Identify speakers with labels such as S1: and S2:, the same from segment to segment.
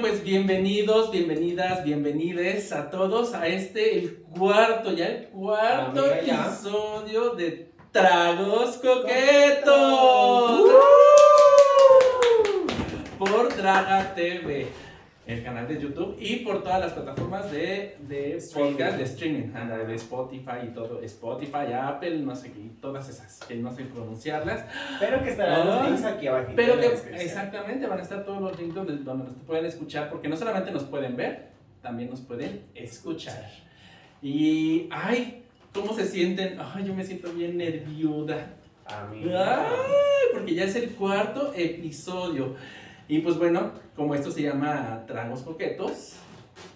S1: pues bienvenidos, bienvenidas, bienvenides a todos a este, el cuarto, ya el cuarto
S2: Amiga, ya.
S1: episodio de Tragos Coquetos. Por Draga TV, el canal de YouTube y por todas las plataformas de, de
S2: Streaming.
S1: podcast, de streaming, ándale, de Spotify y todo, Spotify, Apple, no sé qué, todas esas, que no sé pronunciarlas.
S2: Pero que estarán
S1: Ah.
S2: los links aquí abajo.
S1: Pero que exactamente van a estar todos los links donde, donde nos pueden escuchar, porque no solamente nos pueden ver, también nos pueden escuchar. Y, ay, ¿cómo se sienten? Ay, yo me siento bien nerviuda.
S2: Ah, Amiga.
S1: Ay, porque ya es el cuarto episodio. Y pues bueno, como esto se llama Tragos Coquetos.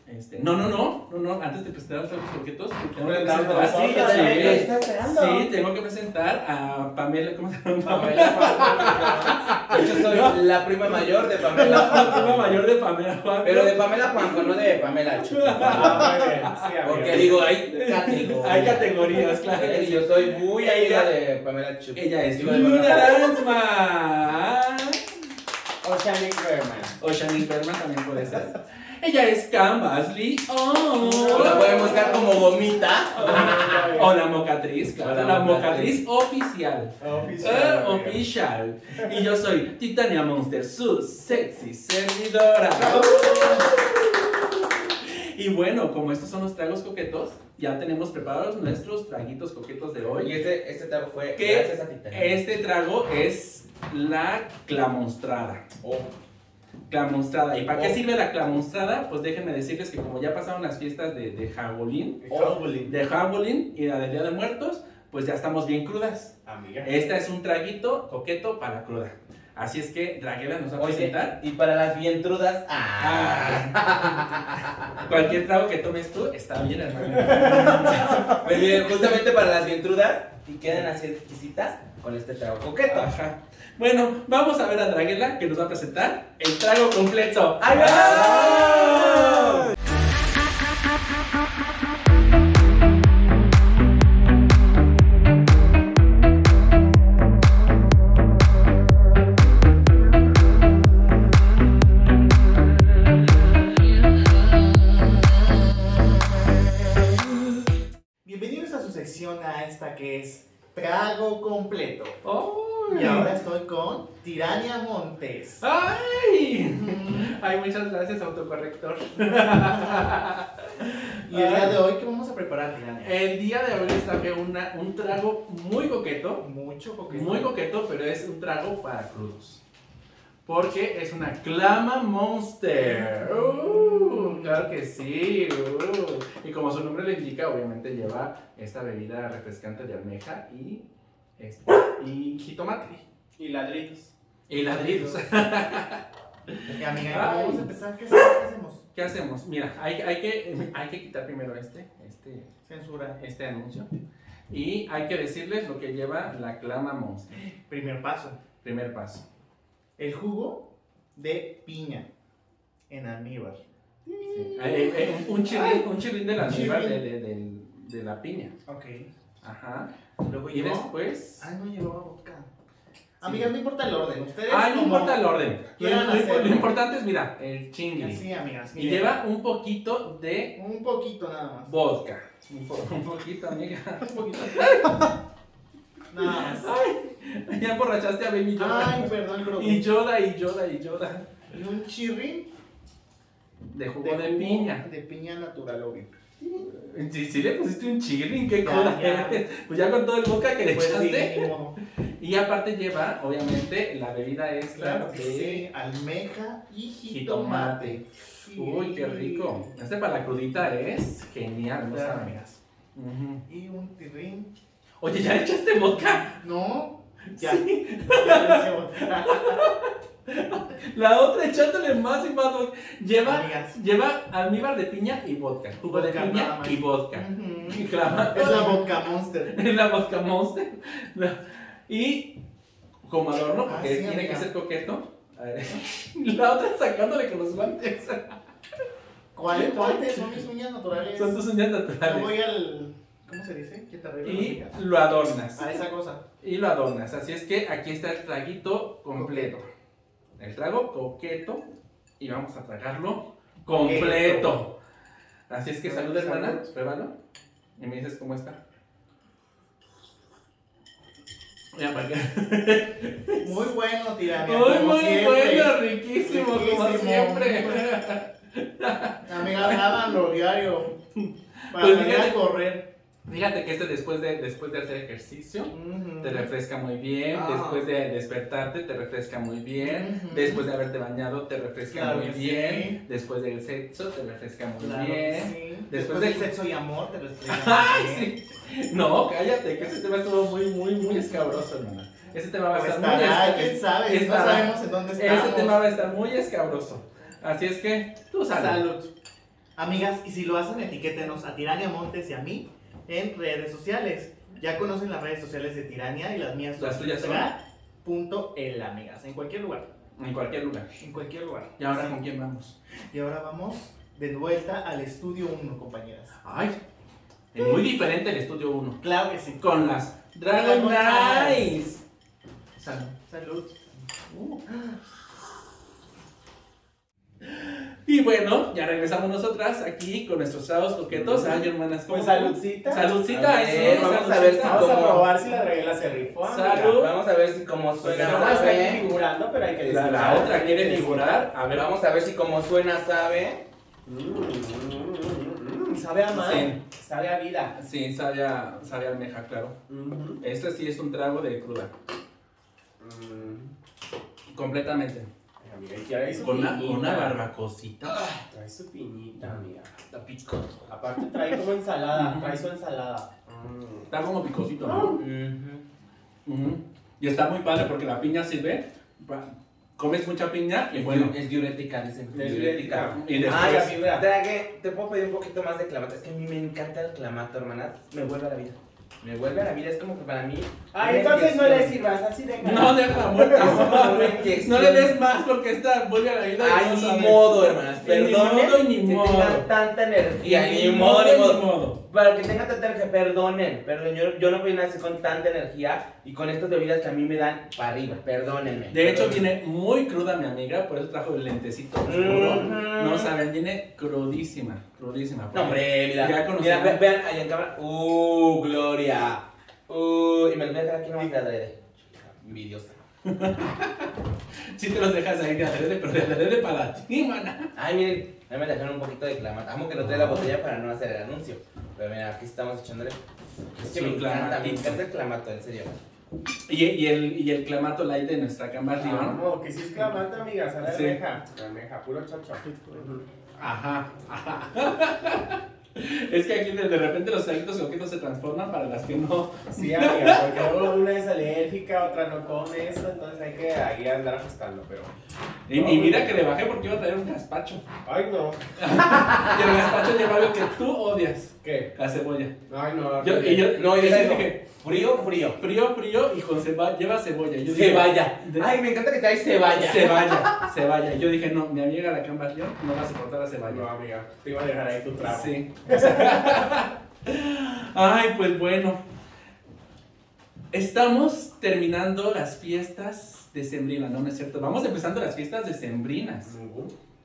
S1: Este, no, no, no, no, no, antes de presentar a los Tragos Coquetos, tengo que presentar-
S2: Presentar a
S1: Ah, sí,
S2: nosotros,
S1: sí.
S2: eh, lo está esperando.
S1: Sí, tengo que presentar a Pamela, ¿cómo se llama? Ah,
S3: De hecho,
S2: Ah,
S3: soy la prima mayor de Pamela
S1: la
S3: Juanjo.
S1: prima mayor de Pamela Juan.
S3: Pero de Pamela Juanjo, no de Pamela Chupa.
S2: Ah, muy bien, sí, amiga.
S3: Porque digo, hay categoría.
S1: Hay categorías, claro.
S3: Y Yo soy muy amiga de Pamela Chupa.
S1: Ella es
S3: Digo,
S1: Luna
S3: de Pamela.
S1: Lanzman.
S2: Oceanic Verman.
S1: O Shannon Berman también puede ser. Ella es Canvas Leon.
S3: O la pueden buscar como gomita.
S2: Ah,
S1: O la mocatriz, claro.
S3: O
S1: La,
S3: la
S1: mocatriz oficial. Eh,
S2: Oficial. amiga.
S1: oficial. Y yo soy Titania Monster, su sexy servidora.
S3: ¡Uh!
S1: Y bueno, como estos son los tragos coquetos, ya tenemos preparados nuestros traguitos coquetos de hoy.
S3: Y este, este trago fue
S1: ¿Qué
S3: gracias a Titania.
S1: Este trago es la clamostrada.
S3: Oh,
S1: Clamostrada. ¿Y para qué
S3: Oh.
S1: sirve la clamostrada? Pues déjenme decirles que como ya pasaron las fiestas de, de Jagolín,
S2: Oceanic.
S1: de Jagolín y la del Día de Muertos, pues ya estamos bien crudas.
S2: Amiga.
S1: Esta es un traguito coqueto para cruda. Así es que Draguera nos va a
S3: Oye,
S1: presentar.
S3: y para las vientrudas, ah,
S1: Ah. cualquier trago que tomes tú está bien, hermano.
S3: pues miren, justamente para las vientrudas y quedan así exquisitas con este trago coqueto.
S1: Ajá. Bueno, vamos a ver a Draguela que nos va a presentar el trago completo.
S3: ¡Ay, va!
S4: Bienvenidos a su sección, a esta que es Trago Completo.
S1: ¡Ay!
S4: Y ahora estoy con Tirania Montes.
S1: ¡Ay!
S4: Mm,
S1: Ay, muchas gracias, autocorrector.
S4: Y el día de hoy, ¿qué vamos a preparar, Tirania?
S1: El día de hoy les traje una, un trago muy coqueto.
S4: Mucho coqueto.
S1: Muy coqueto, pero es un trago para crudos. Porque es una clama monster. Uh, claro que sí. uh. Y como su nombre lo indica, obviamente lleva esta bebida refrescante de almeja y, este, y jitomate.
S2: Y ladridos.
S1: Y ladridos.
S4: Y, amiga, ¿cómo
S1: Ay.
S4: vamos a empezar? ¿Qué hacemos? ¿Qué hacemos?
S1: ¿Qué hacemos? Mira, hay, hay, que, hay que quitar primero este, este,
S4: Censura.
S1: este anuncio. Y hay que decirles lo que lleva la clama monster.
S4: Primer paso.
S1: Primer paso.
S4: El jugo de piña en almíbar.
S1: Sí. Eh, eh, un chirrín, un chirrín de la
S4: Un
S1: almíbar de,
S4: chirrín.
S1: de- del- de la piña.
S4: Ok.
S1: Ajá.
S4: Luego
S1: Y
S4: llevó...
S1: después.
S4: Ay, no llevaba vodka. Amiga, no importa el orden. Ustedes
S1: Ay, ah, no
S4: como-
S1: importa el orden. Lo,
S4: quieran
S1: lo impo-
S4: hacerlo.
S1: lo importante es, mira, el chingui.
S4: Sí, amigas.
S1: Y
S4: miren,
S1: lleva un poquito de
S4: Un poquito nada más.
S1: vodka. Un, po- un poquito, amiga. Un poquito.
S4: Nada más.
S1: Ay, ya emborrachaste a Baby Yoda.
S4: Ay, perdón, creo
S1: Y Yoda, y Yoda, y Yoda.
S4: Y un chirri
S1: De jugo de piña.
S4: De piña natural, obvio.
S1: Si sí, le pusiste un chirrín, qué
S4: Ya,
S1: cosa.
S4: ya.
S1: Pues ya con todo el vodka que le
S4: Pues sí,
S1: echaste.
S4: ni modo.
S1: Y aparte lleva, obviamente, la bebida es
S4: Claro
S1: la
S4: que
S1: de
S4: sí. Almeja y jitomate. Sí.
S1: Uy, qué rico. Este para la crudita es genial, no
S4: Claro,
S1: saben.
S4: amigas.
S1: Ujú.
S4: Y un tirrín.
S1: Oye, ¿ya le echaste vodka?
S4: No, ya.
S1: Sí.
S4: ya le hice otra.
S1: La otra echándole más y más vodka. Lleva,
S4: Amigas.
S1: lleva almíbar de piña y vodka. Jugo de
S4: Vodka nada
S1: piña
S4: más.
S1: y vodka. Y
S4: Ujú.
S1: clama.
S4: Es la vodka monster.
S1: Es la vodka monster. La- Y como adorno,
S4: Ah,
S1: porque
S4: sí,
S1: tiene
S4: amiga.
S1: que ser coqueto. a ver, La otra sacándole con los guantes.
S4: ¿Cuál, cuál de- son mis uñas naturales?
S1: Son tus uñas
S4: Yo
S1: naturales.
S4: voy al. ¿Cómo se dice? ¿Qué te arregla,
S1: Y
S4: amigas?
S1: lo adornas.
S4: A esa cosa.
S1: Y lo adornas. Así es que aquí está el traguito completo. El trago coqueto. Y vamos a tragarlo completo. Así es que salud, hermana, pruébalo. Y me dices cómo está. Ya, para que.
S4: Muy bueno, tiramisu.
S1: Muy,
S4: como
S1: muy
S4: siempre.
S1: bueno, riquísimo, como
S4: Riquísimo.
S1: siempre.
S4: Amiga, daban lo diario. Para
S1: Pues
S4: salir
S1: fíjate.
S4: a correr.
S1: Fíjate que este después de, después de hacer ejercicio.
S4: Ujú.
S1: Te refresca muy bien,
S4: Ah.
S1: después de despertarte te refresca muy bien,
S4: Ujú.
S1: después de haberte bañado te refresca
S4: Claro
S1: muy
S4: que sí.
S1: bien, después del sexo te refresca muy
S4: Claro que
S1: bien.
S4: sí. Después,
S1: Después
S4: del
S1: de-
S4: sexo y amor, te lo estoy
S1: Ay, sí. No, cállate, que ese tema estuvo muy, muy, muy escabroso, hermana. Ese tema va a estar muy
S4: Pues estará,
S1: escabroso.
S4: quién sabe, no
S1: estará.
S4: sabemos en dónde estamos.
S1: Ese tema va a estar muy escabroso. Así es que, tú
S4: Salud.
S1: sal.
S4: Amigas, y si lo hacen, etiquétenos a Tirania Montes y a mí en redes sociales. Ya conocen las redes sociales de Tirania y las mías
S1: Las tuyas son.
S4: tra- Punto el, amigas, en cualquier lugar.
S1: En cualquier lugar.
S4: En cualquier lugar.
S1: ¿Y ahora
S4: Sí.
S1: con quién vamos?
S4: Y ahora vamos de vuelta al estudio 1, compañeras.
S1: Ay, es muy diferente el estudio 1.
S4: Claro que sí.
S1: Con las Dragon
S4: Dragon
S1: Eyes. Salud.
S4: Salud.
S1: Y bueno, ya regresamos nosotras aquí con nuestros tragos coquetos. Ay, hermanas, ¿cómo?
S2: Pues saludcita.
S1: Saludcita,
S3: A
S1: eh,
S3: ver, vamos a ver si
S1: saludcita.
S2: Vamos a
S3: Como-
S2: probar si la regla se rifó. amiga. Pues
S1: Salud.
S3: Vamos a ver si como
S2: Porque
S3: suena
S2: no más está aquí
S3: sabe.
S2: figurando, pero hay que
S1: La,
S2: decir.
S1: la otra quiere figurar. A ver, vamos.
S3: Vamos a ver si como suena sabe.
S2: Mm, Sabe a más.
S1: Sí.
S2: Sabe a vida.
S1: Sí, sabe a, sabe a almeja, claro. Este sí es un trago de cruda, completamente.
S2: Mm, Amiga, y trae su
S1: Con una,
S2: piñita.
S1: con una barbacosita.
S2: Trae su piñita, amiga.
S1: Está picoso.
S2: Aparte trae como ensalada,
S1: Ujú.
S2: trae su ensalada.
S1: Está como picosito, ¿no? Ujú. Y está muy padre porque la piña sirve. pa- Comes mucha piña y Ah, bueno.
S3: es diurética, Ah, dicen.
S2: Es diurética.
S1: Y
S3: Ay,
S1: después.
S3: amiga, Drague, te puedo pedir un poquito más de clamato. Es que a mí me encanta el clamato, hermanas. Me vuelve a la vida. Me vuelve a la vida, es como que para mí.
S2: Ah,
S3: una
S2: entonces no le
S3: inyección.
S2: sirvas, así de
S1: No, deja muerta.
S3: Una inyección.
S1: No le des más porque esta vuelve a la vida. y
S3: Ay,
S1: no
S3: ni
S1: sabes.
S3: modo, hermanas.
S1: Y ni
S3: Perdón.
S1: modo, y ni
S3: que
S1: modo.
S3: tengan tanta
S1: Y
S3: energía.
S1: ni modo,
S3: ni
S1: ni
S3: modo.
S1: modo.
S3: Para que tengan tanta energía, perdonen. Perdón, yo, yo no voy a nacer con tanta energía y con estas bebidas que a mí me dan para arriba. Perdónenme.
S1: De hecho,
S3: Perdónenme.
S1: viene muy cruda mi amiga, por eso trajo el lentecito.
S3: Ujú.
S1: No saben, viene crudísima, crudísima.
S3: No, hombre, mira.
S1: Ya
S3: mira
S1: conocerán.
S3: ve- vean allá en cámara. ¡Uh, Gloria! ¡Uh! Y me lo voy a dejar aquí nomás de adrede. Envidiosa.
S1: Sí te los dejas ahí de adrede, pero de adrede para ti, maná.
S3: Ay, miren, ahí me dejaron un poquito de clamato. Amo que no trae la botella para no hacer el anuncio. Pero mira, aquí estamos echándole. Es que
S1: Su
S3: me encanta, me
S1: clamatito.
S3: encanta el clamato, en serio.
S1: Y, y el, y el clamato light de nuestra cama arriba.
S2: Ah, No, que sí es clamante, amiga, sabe a
S1: Sí.
S2: almeja. Almeja, puro chocho.
S1: Ajá, ajá. Es que aquí de, de repente los traguitos coquitos se transforman para las que no.
S2: Sí, amiga, porque luego una es alérgica, otra no come eso, entonces hay que ahí andar ajustando, pero.
S1: Y, y mira que le bajé porque iba a traer un gazpacho.
S2: Ay, no.
S1: Y el gazpacho lleva algo que tú odias,
S2: ¿Qué?
S1: la cebolla.
S2: Ay, no.
S1: Yo- y yo-
S3: No, yo
S1: sí
S3: les
S1: dije,
S3: dije, frío, frío.
S1: frío, frío y con ceba, lleva cebolla. Yo
S3: Se
S1: dije,
S3: vaya.
S1: de-
S3: Ay, me encanta que trae se vaya.
S1: Se vaya, se vaya. Yo dije, no, mi amiga la Camba León no va a soportar a
S2: No,
S1: Ceballos.
S2: amiga, te iba a dejar ahí tu trago.
S1: Sí. Ay, pues bueno. Estamos terminando las fiestas de Sembrina, ¿no? ¿no es cierto? Vamos empezando las fiestas de Sembrinas.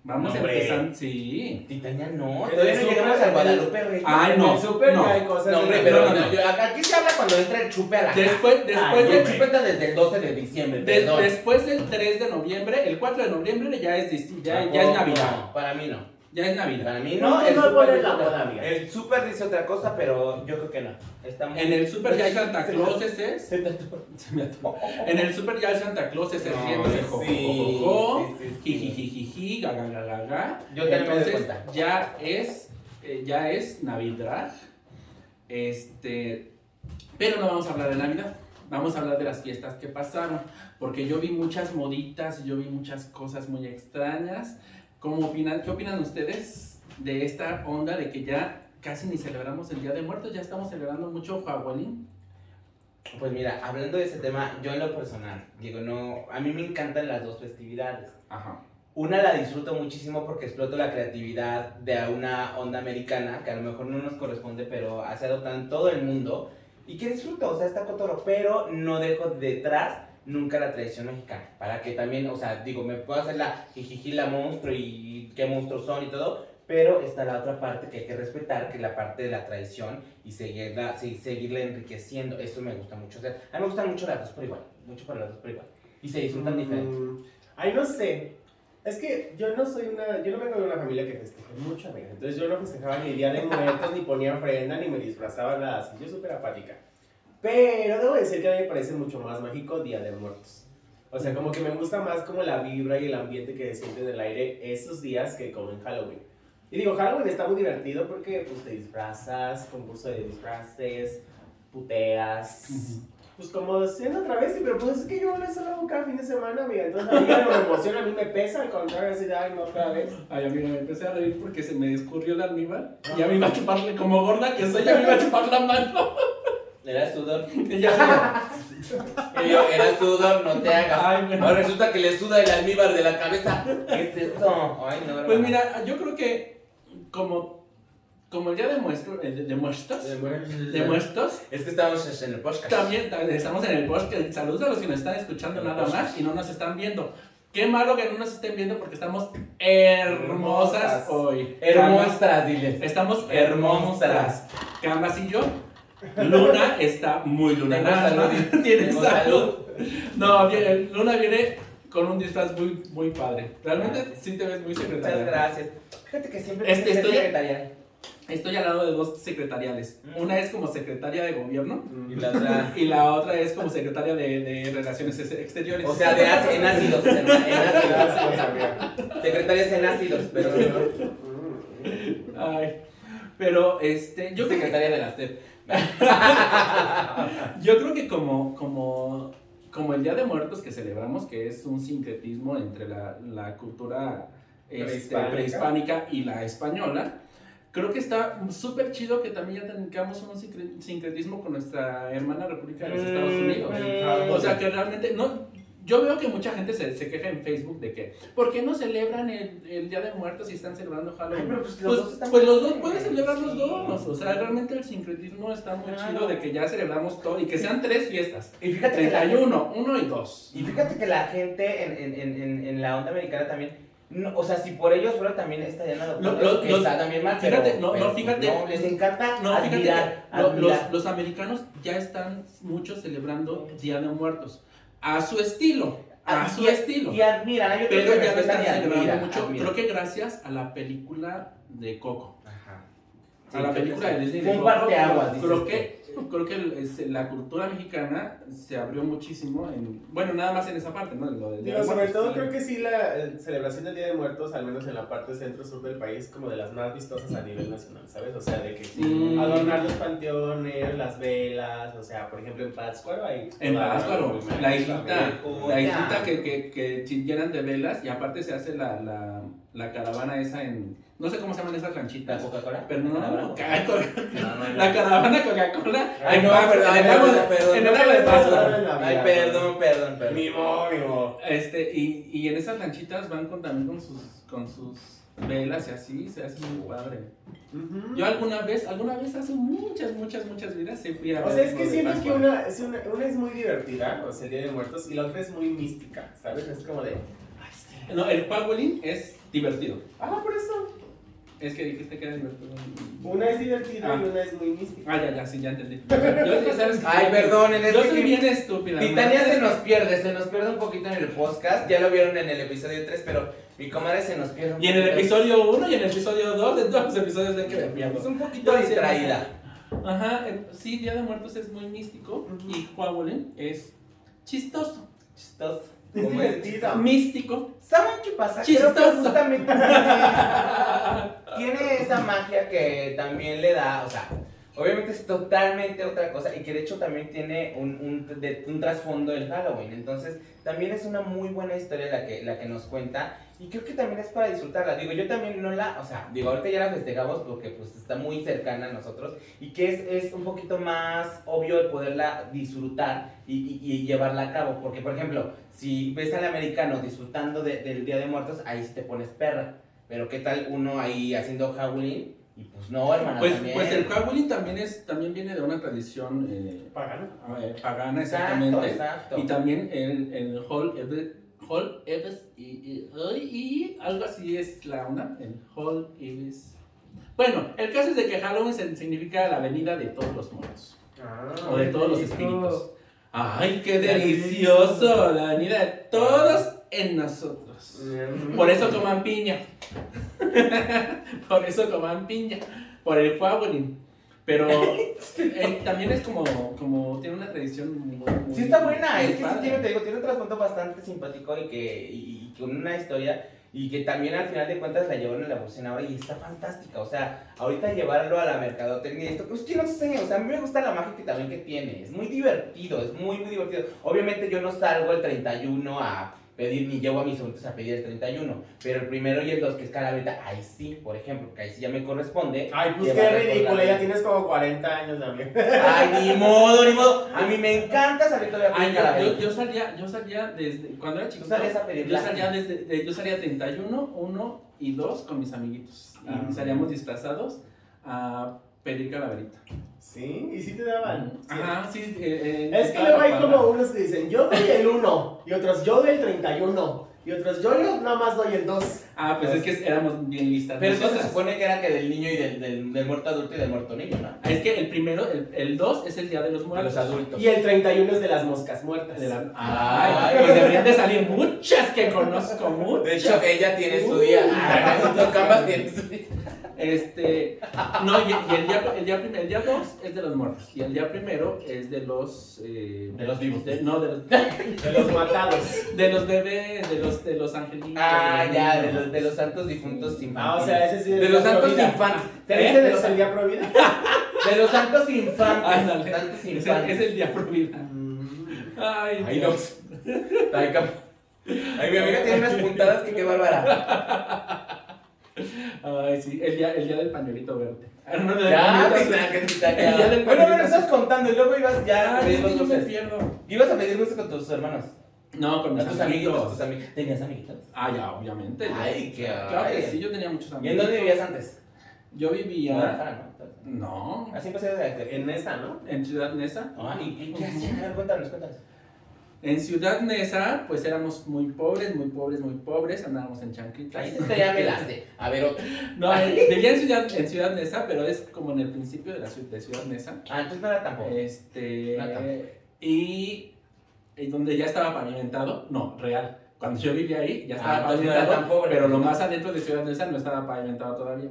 S1: Vamos
S2: No, hombre.
S1: empezando, sí.
S3: Titania no,
S2: Pero
S3: todavía no
S2: súper
S3: llegamos al
S2: feliz.
S3: Guadalupe Reyes.
S1: Ay,
S2: En
S1: no.
S2: el súper
S1: no.
S2: ya hay cosas.
S3: No, hombre,
S2: de-
S3: pero
S1: No, no,
S3: no, yo- acá- aquí se habla cuando entra el chupe a la casa.
S1: Después, después,
S2: Ay,
S1: del-
S3: El chupe está desde el 12 de diciembre,
S1: de-
S3: perdón.
S1: después del 3 de noviembre, el 4 de noviembre ya es, disti- ya, ya
S3: No,
S1: es Navidad.
S3: no, para mí no.
S1: Ya es Navidad.
S3: Para mí
S2: No,
S3: no.
S2: tú no
S3: súper
S2: pones
S3: dice
S2: la
S3: otra-
S2: boda, amiga.
S3: El súper dice otra cosa, pero yo creo que no. Estamos...
S1: En el super ya hay Santa
S3: Se-
S1: Claus, ese es.
S3: se tatuó.
S1: Se me atoró. En el Super ya el Santa Claus es el
S3: No,
S1: riéndose,
S3: sí,
S1: jo, jo, jo, jo,
S3: sí, sí, sí.
S1: jijijijiji, ga, ga, ga, ga, ga.
S3: Yo también me doy
S1: Entonces,
S3: cuenta.
S1: ya es, eh, ya es Navidad. Este, pero no vamos a hablar de Navidad. Vamos a hablar de las fiestas que pasaron, porque yo vi muchas moditas, yo vi muchas cosas muy extrañas. ¿Cómo opinan, ¿Qué opinan ustedes de esta onda de que ya casi ni celebramos el Día de Muertos? Ya estamos celebrando mucho Jagualín.
S3: Pues mira, hablando de ese tema, yo en lo personal, digo, no, a mí me encantan las dos festividades.
S1: Ajá.
S3: Una la disfruto muchísimo porque exploto la creatividad de una onda americana que a lo mejor no nos corresponde, pero hace adoptan todo el mundo y que disfruto, o sea, está cotoro, pero no dejo detrás nunca la tradición mexicana. Para que también, o sea, digo, me puedo hacer la jijiji, la monstruo y qué monstruos son y todo, pero está la otra parte que hay que respetar, que es la parte de la tradición y seguirla, sí, seguirla enriqueciendo. Eso me gusta mucho. O sea, a mí me gustan mucho las dos por igual, mucho para las dos por igual. Y se disfrutan diferente.
S2: Mm, Ay, no sé. Es que yo no soy una. Yo no vengo de una familia que festeje mucho, amiga. Entonces yo no festejaba ni Día de Muertos, ni ponía ofrenda, ni me disfrazaba nada así. Yo súper apática. Pero debo decir que a mí me parece mucho más mágico Día de Muertos. O sea, como que me gusta más como la vibra y el ambiente que se siente en el aire esos días que como en Halloween. Y digo, Halloween está muy divertido porque pues te disfrazas, concurso de disfraces, puteas, pues como siendo otra vez, sí, pero pues es que yo no solo hago cada fin de semana, amiga. Entonces a mí ya no me emociona, a mí me pesa, al contrario, así de, ay, no, otra vez.
S1: Ay, amigo, me empecé a reír porque se me escurrió la almíbar y
S3: Ah.
S1: a mí me iba a chuparle, como gorda que soy, a mí me iba a chupar la mano.
S3: Era sudor.
S1: Y ya,
S3: Y yo, era sudor, no te hagas.
S1: Ay, bueno.
S3: Ahora resulta que le suda el almíbar de la cabeza. ¿Qué es esto? Ay, no,
S1: Pues
S3: hermano.
S1: mira, yo creo que como, como ya demuestro, eh, de- demuestras, demuestras,
S3: Es que estábamos en el podcast.
S1: también, también estamos en el podcast. Saludos a los que nos están escuchando nada más y no nos están viendo. Qué malo que no nos estén viendo porque estamos hermosas
S2: Hermosas.
S1: hoy.
S3: Hermosas, dile.
S1: Estamos hermosas.
S3: Hermosas.
S1: Camas y yo. Luna está muy luna.
S3: Tengo salud.
S1: Tiene
S3: Tengo
S1: salud. No, viene- Luna viene con un disfraz muy, muy padre. Realmente sí te ves muy secretaria.
S3: Ah, Muchas gracias. Fíjate que siempre
S1: Este,
S3: quise ser
S1: estoy-
S3: secretaria.
S1: Estoy al lado de dos secretariales.
S3: Mm.
S1: Una es como secretaria de gobierno
S3: Y la otra-
S1: y la otra es como secretaria de, de relaciones ex- exteriores.
S3: O sea, de ácido- en ácidos, en, en ácidos.
S2: Gracias,
S3: Secretarias en ácidos, pero
S1: Ay, pero este, yo creo, que,
S3: secretaria de la E SEP.
S1: yo creo que como, como, como el Día de Muertos que celebramos, que es un sincretismo entre la, la cultura este,
S2: Prehispánica.
S1: prehispánica y la española, creo que está súper chido que también ya tengamos un sincre- sincretismo con nuestra hermana República de los Estados
S2: Mm,
S1: Unidos. O sea que realmente no. Yo veo que mucha gente se, se queja en Facebook de que, ¿por qué no celebran el, el Día de Muertos si están celebrando Halloween?
S3: Ay, pero pues los
S1: pues,
S3: dos están-
S1: pues los dos pueden celebrar los
S3: Sí.
S1: dos. O sea, realmente el sincretismo está muy
S3: Claro.
S1: chido de que ya celebramos todo y que sean tres fiestas:
S3: Y fíjate que la,
S1: 31, 1 y 2.
S3: y fíjate que la gente en, en, en, en, en la onda americana también. no, o sea, si por ellos fuera también estarían adoptando.
S1: Lo- lo-
S3: eso, que
S1: los-
S3: está también mal.
S1: fíjate,
S3: pero-
S1: no, no,
S3: pero,
S1: fíjate.
S3: no, les encanta
S1: No, fíjate que
S3: admirar.
S1: lo-
S3: admirar.
S1: los, los americanos ya están muchos celebrando Día de Muertos a su estilo. A
S3: Ah,
S1: su estilo.
S3: Y admiran. Hay otros
S1: Pero
S3: que
S1: ya lo
S3: respetan
S1: están
S3: y admiran.
S1: celebrando mucho.
S3: admiran.
S1: Creo que gracias a la película de Coco.
S3: Ajá.
S1: a la película de Disney.
S3: Fue un
S1: Creo-
S3: parteaguas, dices
S1: Creo
S3: tú.
S1: que, creo que el- este, la cultura mexicana se abrió muchísimo en... Bueno, nada más en esa parte, ¿no? Lo del pues, Día
S2: Digo,
S1: de
S2: sobre
S1: Muertos,
S2: todo
S1: sí.
S2: creo que sí la eh, celebración del Día de Muertos, al menos en la parte centro-sur del país, como de las más vistosas a nivel nacional, ¿sabes? O sea, de que
S1: Mm.
S2: adornar los panteones, las velas, o sea, por ejemplo en Pátzcuaro hay...
S1: En
S2: toda
S1: Pátzcuaro,
S2: una-
S1: la islita,
S3: México,
S1: la
S3: ya.
S1: islita que, que, que llenan de velas y aparte se hace la, la, la caravana esa en... No sé cómo se llaman esas
S3: ¿La
S1: lanchitas.
S3: Coca-Cola?
S1: Pero no, no,
S3: Coca-Cola.
S1: Coca-
S3: No, no, no.
S1: la caravana Coca-Cola. en
S2: Ay,
S3: Ah, no,
S1: Pátzcuaro, en
S3: perdón,
S1: el
S3: perdón,
S1: lago-
S3: perdón.
S1: En el lago de Pátzcuaro.
S3: Ay, perdón, perdón, perdón.
S2: Mimo, mimo.
S1: Este, y, y en esas lanchitas van con, también con sus, con sus velas y así, se hace muy padre.
S2: Ujú.
S1: Yo alguna vez, alguna vez hace muchas, muchas, muchas vidas se fui a
S2: O
S1: ver
S2: sea, es
S1: lo
S2: que
S1: de
S2: siento que
S1: Pascua.
S2: una es, una, una es muy divertida, o sea, el Día de Muertos, y la otra es muy mística, ¿sabes? Es como de,
S1: No, el Pagolín es divertido.
S2: ah, por eso.
S1: Es que dijiste que era divertido.
S2: Una es divertida
S1: Ah.
S2: y una es muy mística.
S1: Ah, ya, ya, sí, ya entendí. Yo, ¿sabes qué?
S3: Ay, perdón, en
S1: Yo
S3: este
S1: soy
S3: que-
S1: bien estúpida.
S3: Titania
S1: ¿no?
S3: se nos pierde, se nos pierde un poquito en el podcast. Ya lo vieron en el episodio 3, pero mi comadre se nos pierde. un
S1: Y en el
S3: poquito.
S1: episodio 1 y en el episodio 2, de todos los episodios de que me
S3: Es
S1: pierdo.
S3: Pues un poquito
S1: Yo sí,
S3: distraída.
S1: Ajá, eh, sí, Día de Muertos es muy místico
S2: Ujú.
S1: y Pagolín es chistoso,
S3: Chistoso.
S2: Es
S3: Como
S2: divertida.
S1: místico.
S3: ¿Saben qué pasa?
S1: Chistoso.
S3: Creo que justamente tiene esa magia que también le da, o sea, obviamente es totalmente otra cosa y que de hecho también tiene un, un, de- un trasfondo el Halloween. Entonces, también es una muy buena historia la que, la que nos cuenta y creo que también es para disfrutarla. Digo, yo también no la, o sea, digo, ahorita ya la festejamos porque pues está muy cercana a nosotros y que es, es un poquito más obvio el poderla disfrutar y, y- y llevarla a cabo. Porque, por ejemplo, si ves al americano disfrutando de- del Día de Muertos, ahí sí te pones perra. Pero qué tal uno ahí haciendo Halloween Y pues no, hermana,
S1: Pues,
S3: también.
S1: pues el Halloween también, es, también viene de una tradición eh,
S2: Pagano.
S1: a ver, pagana,
S3: Exacto,
S1: exactamente.
S3: exacto.
S1: Y también el, el Hall Eves, Hall Eves y, y- ay, y algo así es la onda, el Hall Eves. Bueno, el caso es de que Halloween se- significa la venida de todos los muertos
S2: Ah,
S1: o de
S2: qué
S1: todos los
S2: rico.
S1: espíritus. Ay, qué
S2: Qué
S1: delicioso, la venida de todos en nosotros.
S2: Mm.
S1: Por eso coman piña. Por eso coman piña. Por el Halloween. Pero eh, también es como, como tiene una tradición muy, muy-
S3: Sí está buena,
S1: muy
S3: es que sí
S1: padre.
S3: tiene, te digo, tiene un trasfondo bastante simpático y que y, y con una historia y que también al final de cuentas la llevaron a la versión ahora y está fantástica, o sea, ahorita llevarlo a la mercadotecnia y esto, pues que no sé, o sea, a mí me gusta la magia que también que tiene, es muy divertido, es muy muy divertido. Obviamente yo no salgo el 31 a pedir ni llevo a mis adultos a pedir el 31, pero el primero y el dos que es calaverita, ahí sí, por ejemplo, que ahí sí ya me corresponde.
S2: Ay, pues qué
S3: Llevarlo por la
S2: ridícula, ya
S3: vida.
S2: tienes como 40 años también.
S3: Ay, ni modo, ni modo. A mí me encanta salir todavía a
S1: Ay,
S3: pedir
S1: yo, yo-
S3: calaverita.
S1: yo salía, yo salía desde, cuando era chiquito,
S3: salías a pedir
S1: yo
S3: lástima.
S1: salía desde, de- yo salía 31, 1 y 2 con mis amiguitos. Y
S3: Ah.
S1: salíamos disfrazados a pedir calaverita.
S2: Sí, y sí te daban. Sí.
S1: Ajá, sí. eh, eh,
S2: Es que
S1: estaba
S2: luego hay
S1: padre.
S2: como unos que dicen, yo doy el 1, y otros, yo doy el 31, y otros, yo yo nada más doy el 2.
S1: Ah, pues es que éramos bien listas.
S3: Pero eso se
S1: nosotras.
S3: supone que era que del niño y del, del, del muerto adulto y del muerto niño, ¿no?
S1: Ah, Es que el primero, el- el 2 es el día de los muertos.
S3: adultos.
S2: Y el 31 es de las moscas muertas.
S1: De la-
S3: Ay.
S1: Ay, pues deberían de salir muchas que conozco mucho.
S3: De hecho, ella tiene su día.
S2: Uh.
S3: Ah, nosotros Cambas tiene su día.
S1: Este, no, y, y el día el día prim- el día 2 es de los muertos y el día primero es de los eh,
S3: De los vivos.
S1: de- no, de los,
S2: De los matados.
S1: de los bebés, de los de los angelitos.
S3: Ah,
S1: de los
S3: ya, de
S1: niños.
S3: los, de los santos difuntos
S2: Ah,
S3: infantiles.
S2: o sea, ese sí es
S3: de los santos
S2: infantes.
S3: infantes.
S2: ¿Te
S3: ¿Eh?
S2: dice de los el día pro vida?
S3: De los santos infantes.
S1: Ándale.
S3: santos
S1: es, el,
S3: infantes.
S1: es el día por vida.
S2: Mm,
S1: Ay,
S3: Ay, no.
S1: Dios.
S3: Ay, cam- Ay, mi amiga tiene unas puntadas que qué bárbara.
S1: Ay, sí, el día el día del pañuelito verde. Ah, no, del
S3: Ya,
S1: pañuelito azul.
S3: tita, que tita,
S1: El día
S3: ya.
S1: del
S3: Bueno, pero
S1: pañuelito.
S3: estás contando y luego ibas ya a
S1: Ay,
S3: pedir
S1: es que
S3: los
S1: yo me
S3: dulces.
S1: pierdo.
S3: Ibas a pedir dulces con tus hermanos.
S1: No, con
S3: A
S1: mis
S3: tus amiguitos,
S1: amigos.
S3: tus amigos. ¿Tenías amiguitos?
S1: Ah, ya, obviamente. ya.
S3: Ay, qué
S1: Claro que
S3: ay.
S1: sí, yo tenía muchos
S3: ¿Y en dónde
S1: amigos.
S3: vivías Ah. antes?
S1: Yo
S3: En
S1: vivía.
S3: Guadalajara, ¿no?
S1: No,
S3: Así empecé desde
S2: En esa, ¿no?
S1: en Ciudad Neza.
S3: Ah, ¿y qué hacían? A ver, Cuéntanos, cuéntanos.
S1: En Ciudad Neza, pues éramos muy pobres, muy pobres, muy pobres. Andábamos en chanclitas.
S3: Ahí se ya me laste. A ver, otro.
S1: No, eh, vivía en Ciudad, en Ciudad Neza, pero es como en el principio de la ciudad, de Ciudad Neza.
S3: Ah, entonces no era tampoco.
S1: Este.
S3: Nata.
S1: Y, y donde ya estaba pavimentado, no, real. Cuando yo vivía ahí ya estaba
S3: Ah, entonces no era
S1: pavimentado,
S3: tan pobre.
S1: pero lo más adentro de Ciudad Neza no estaba pavimentado todavía.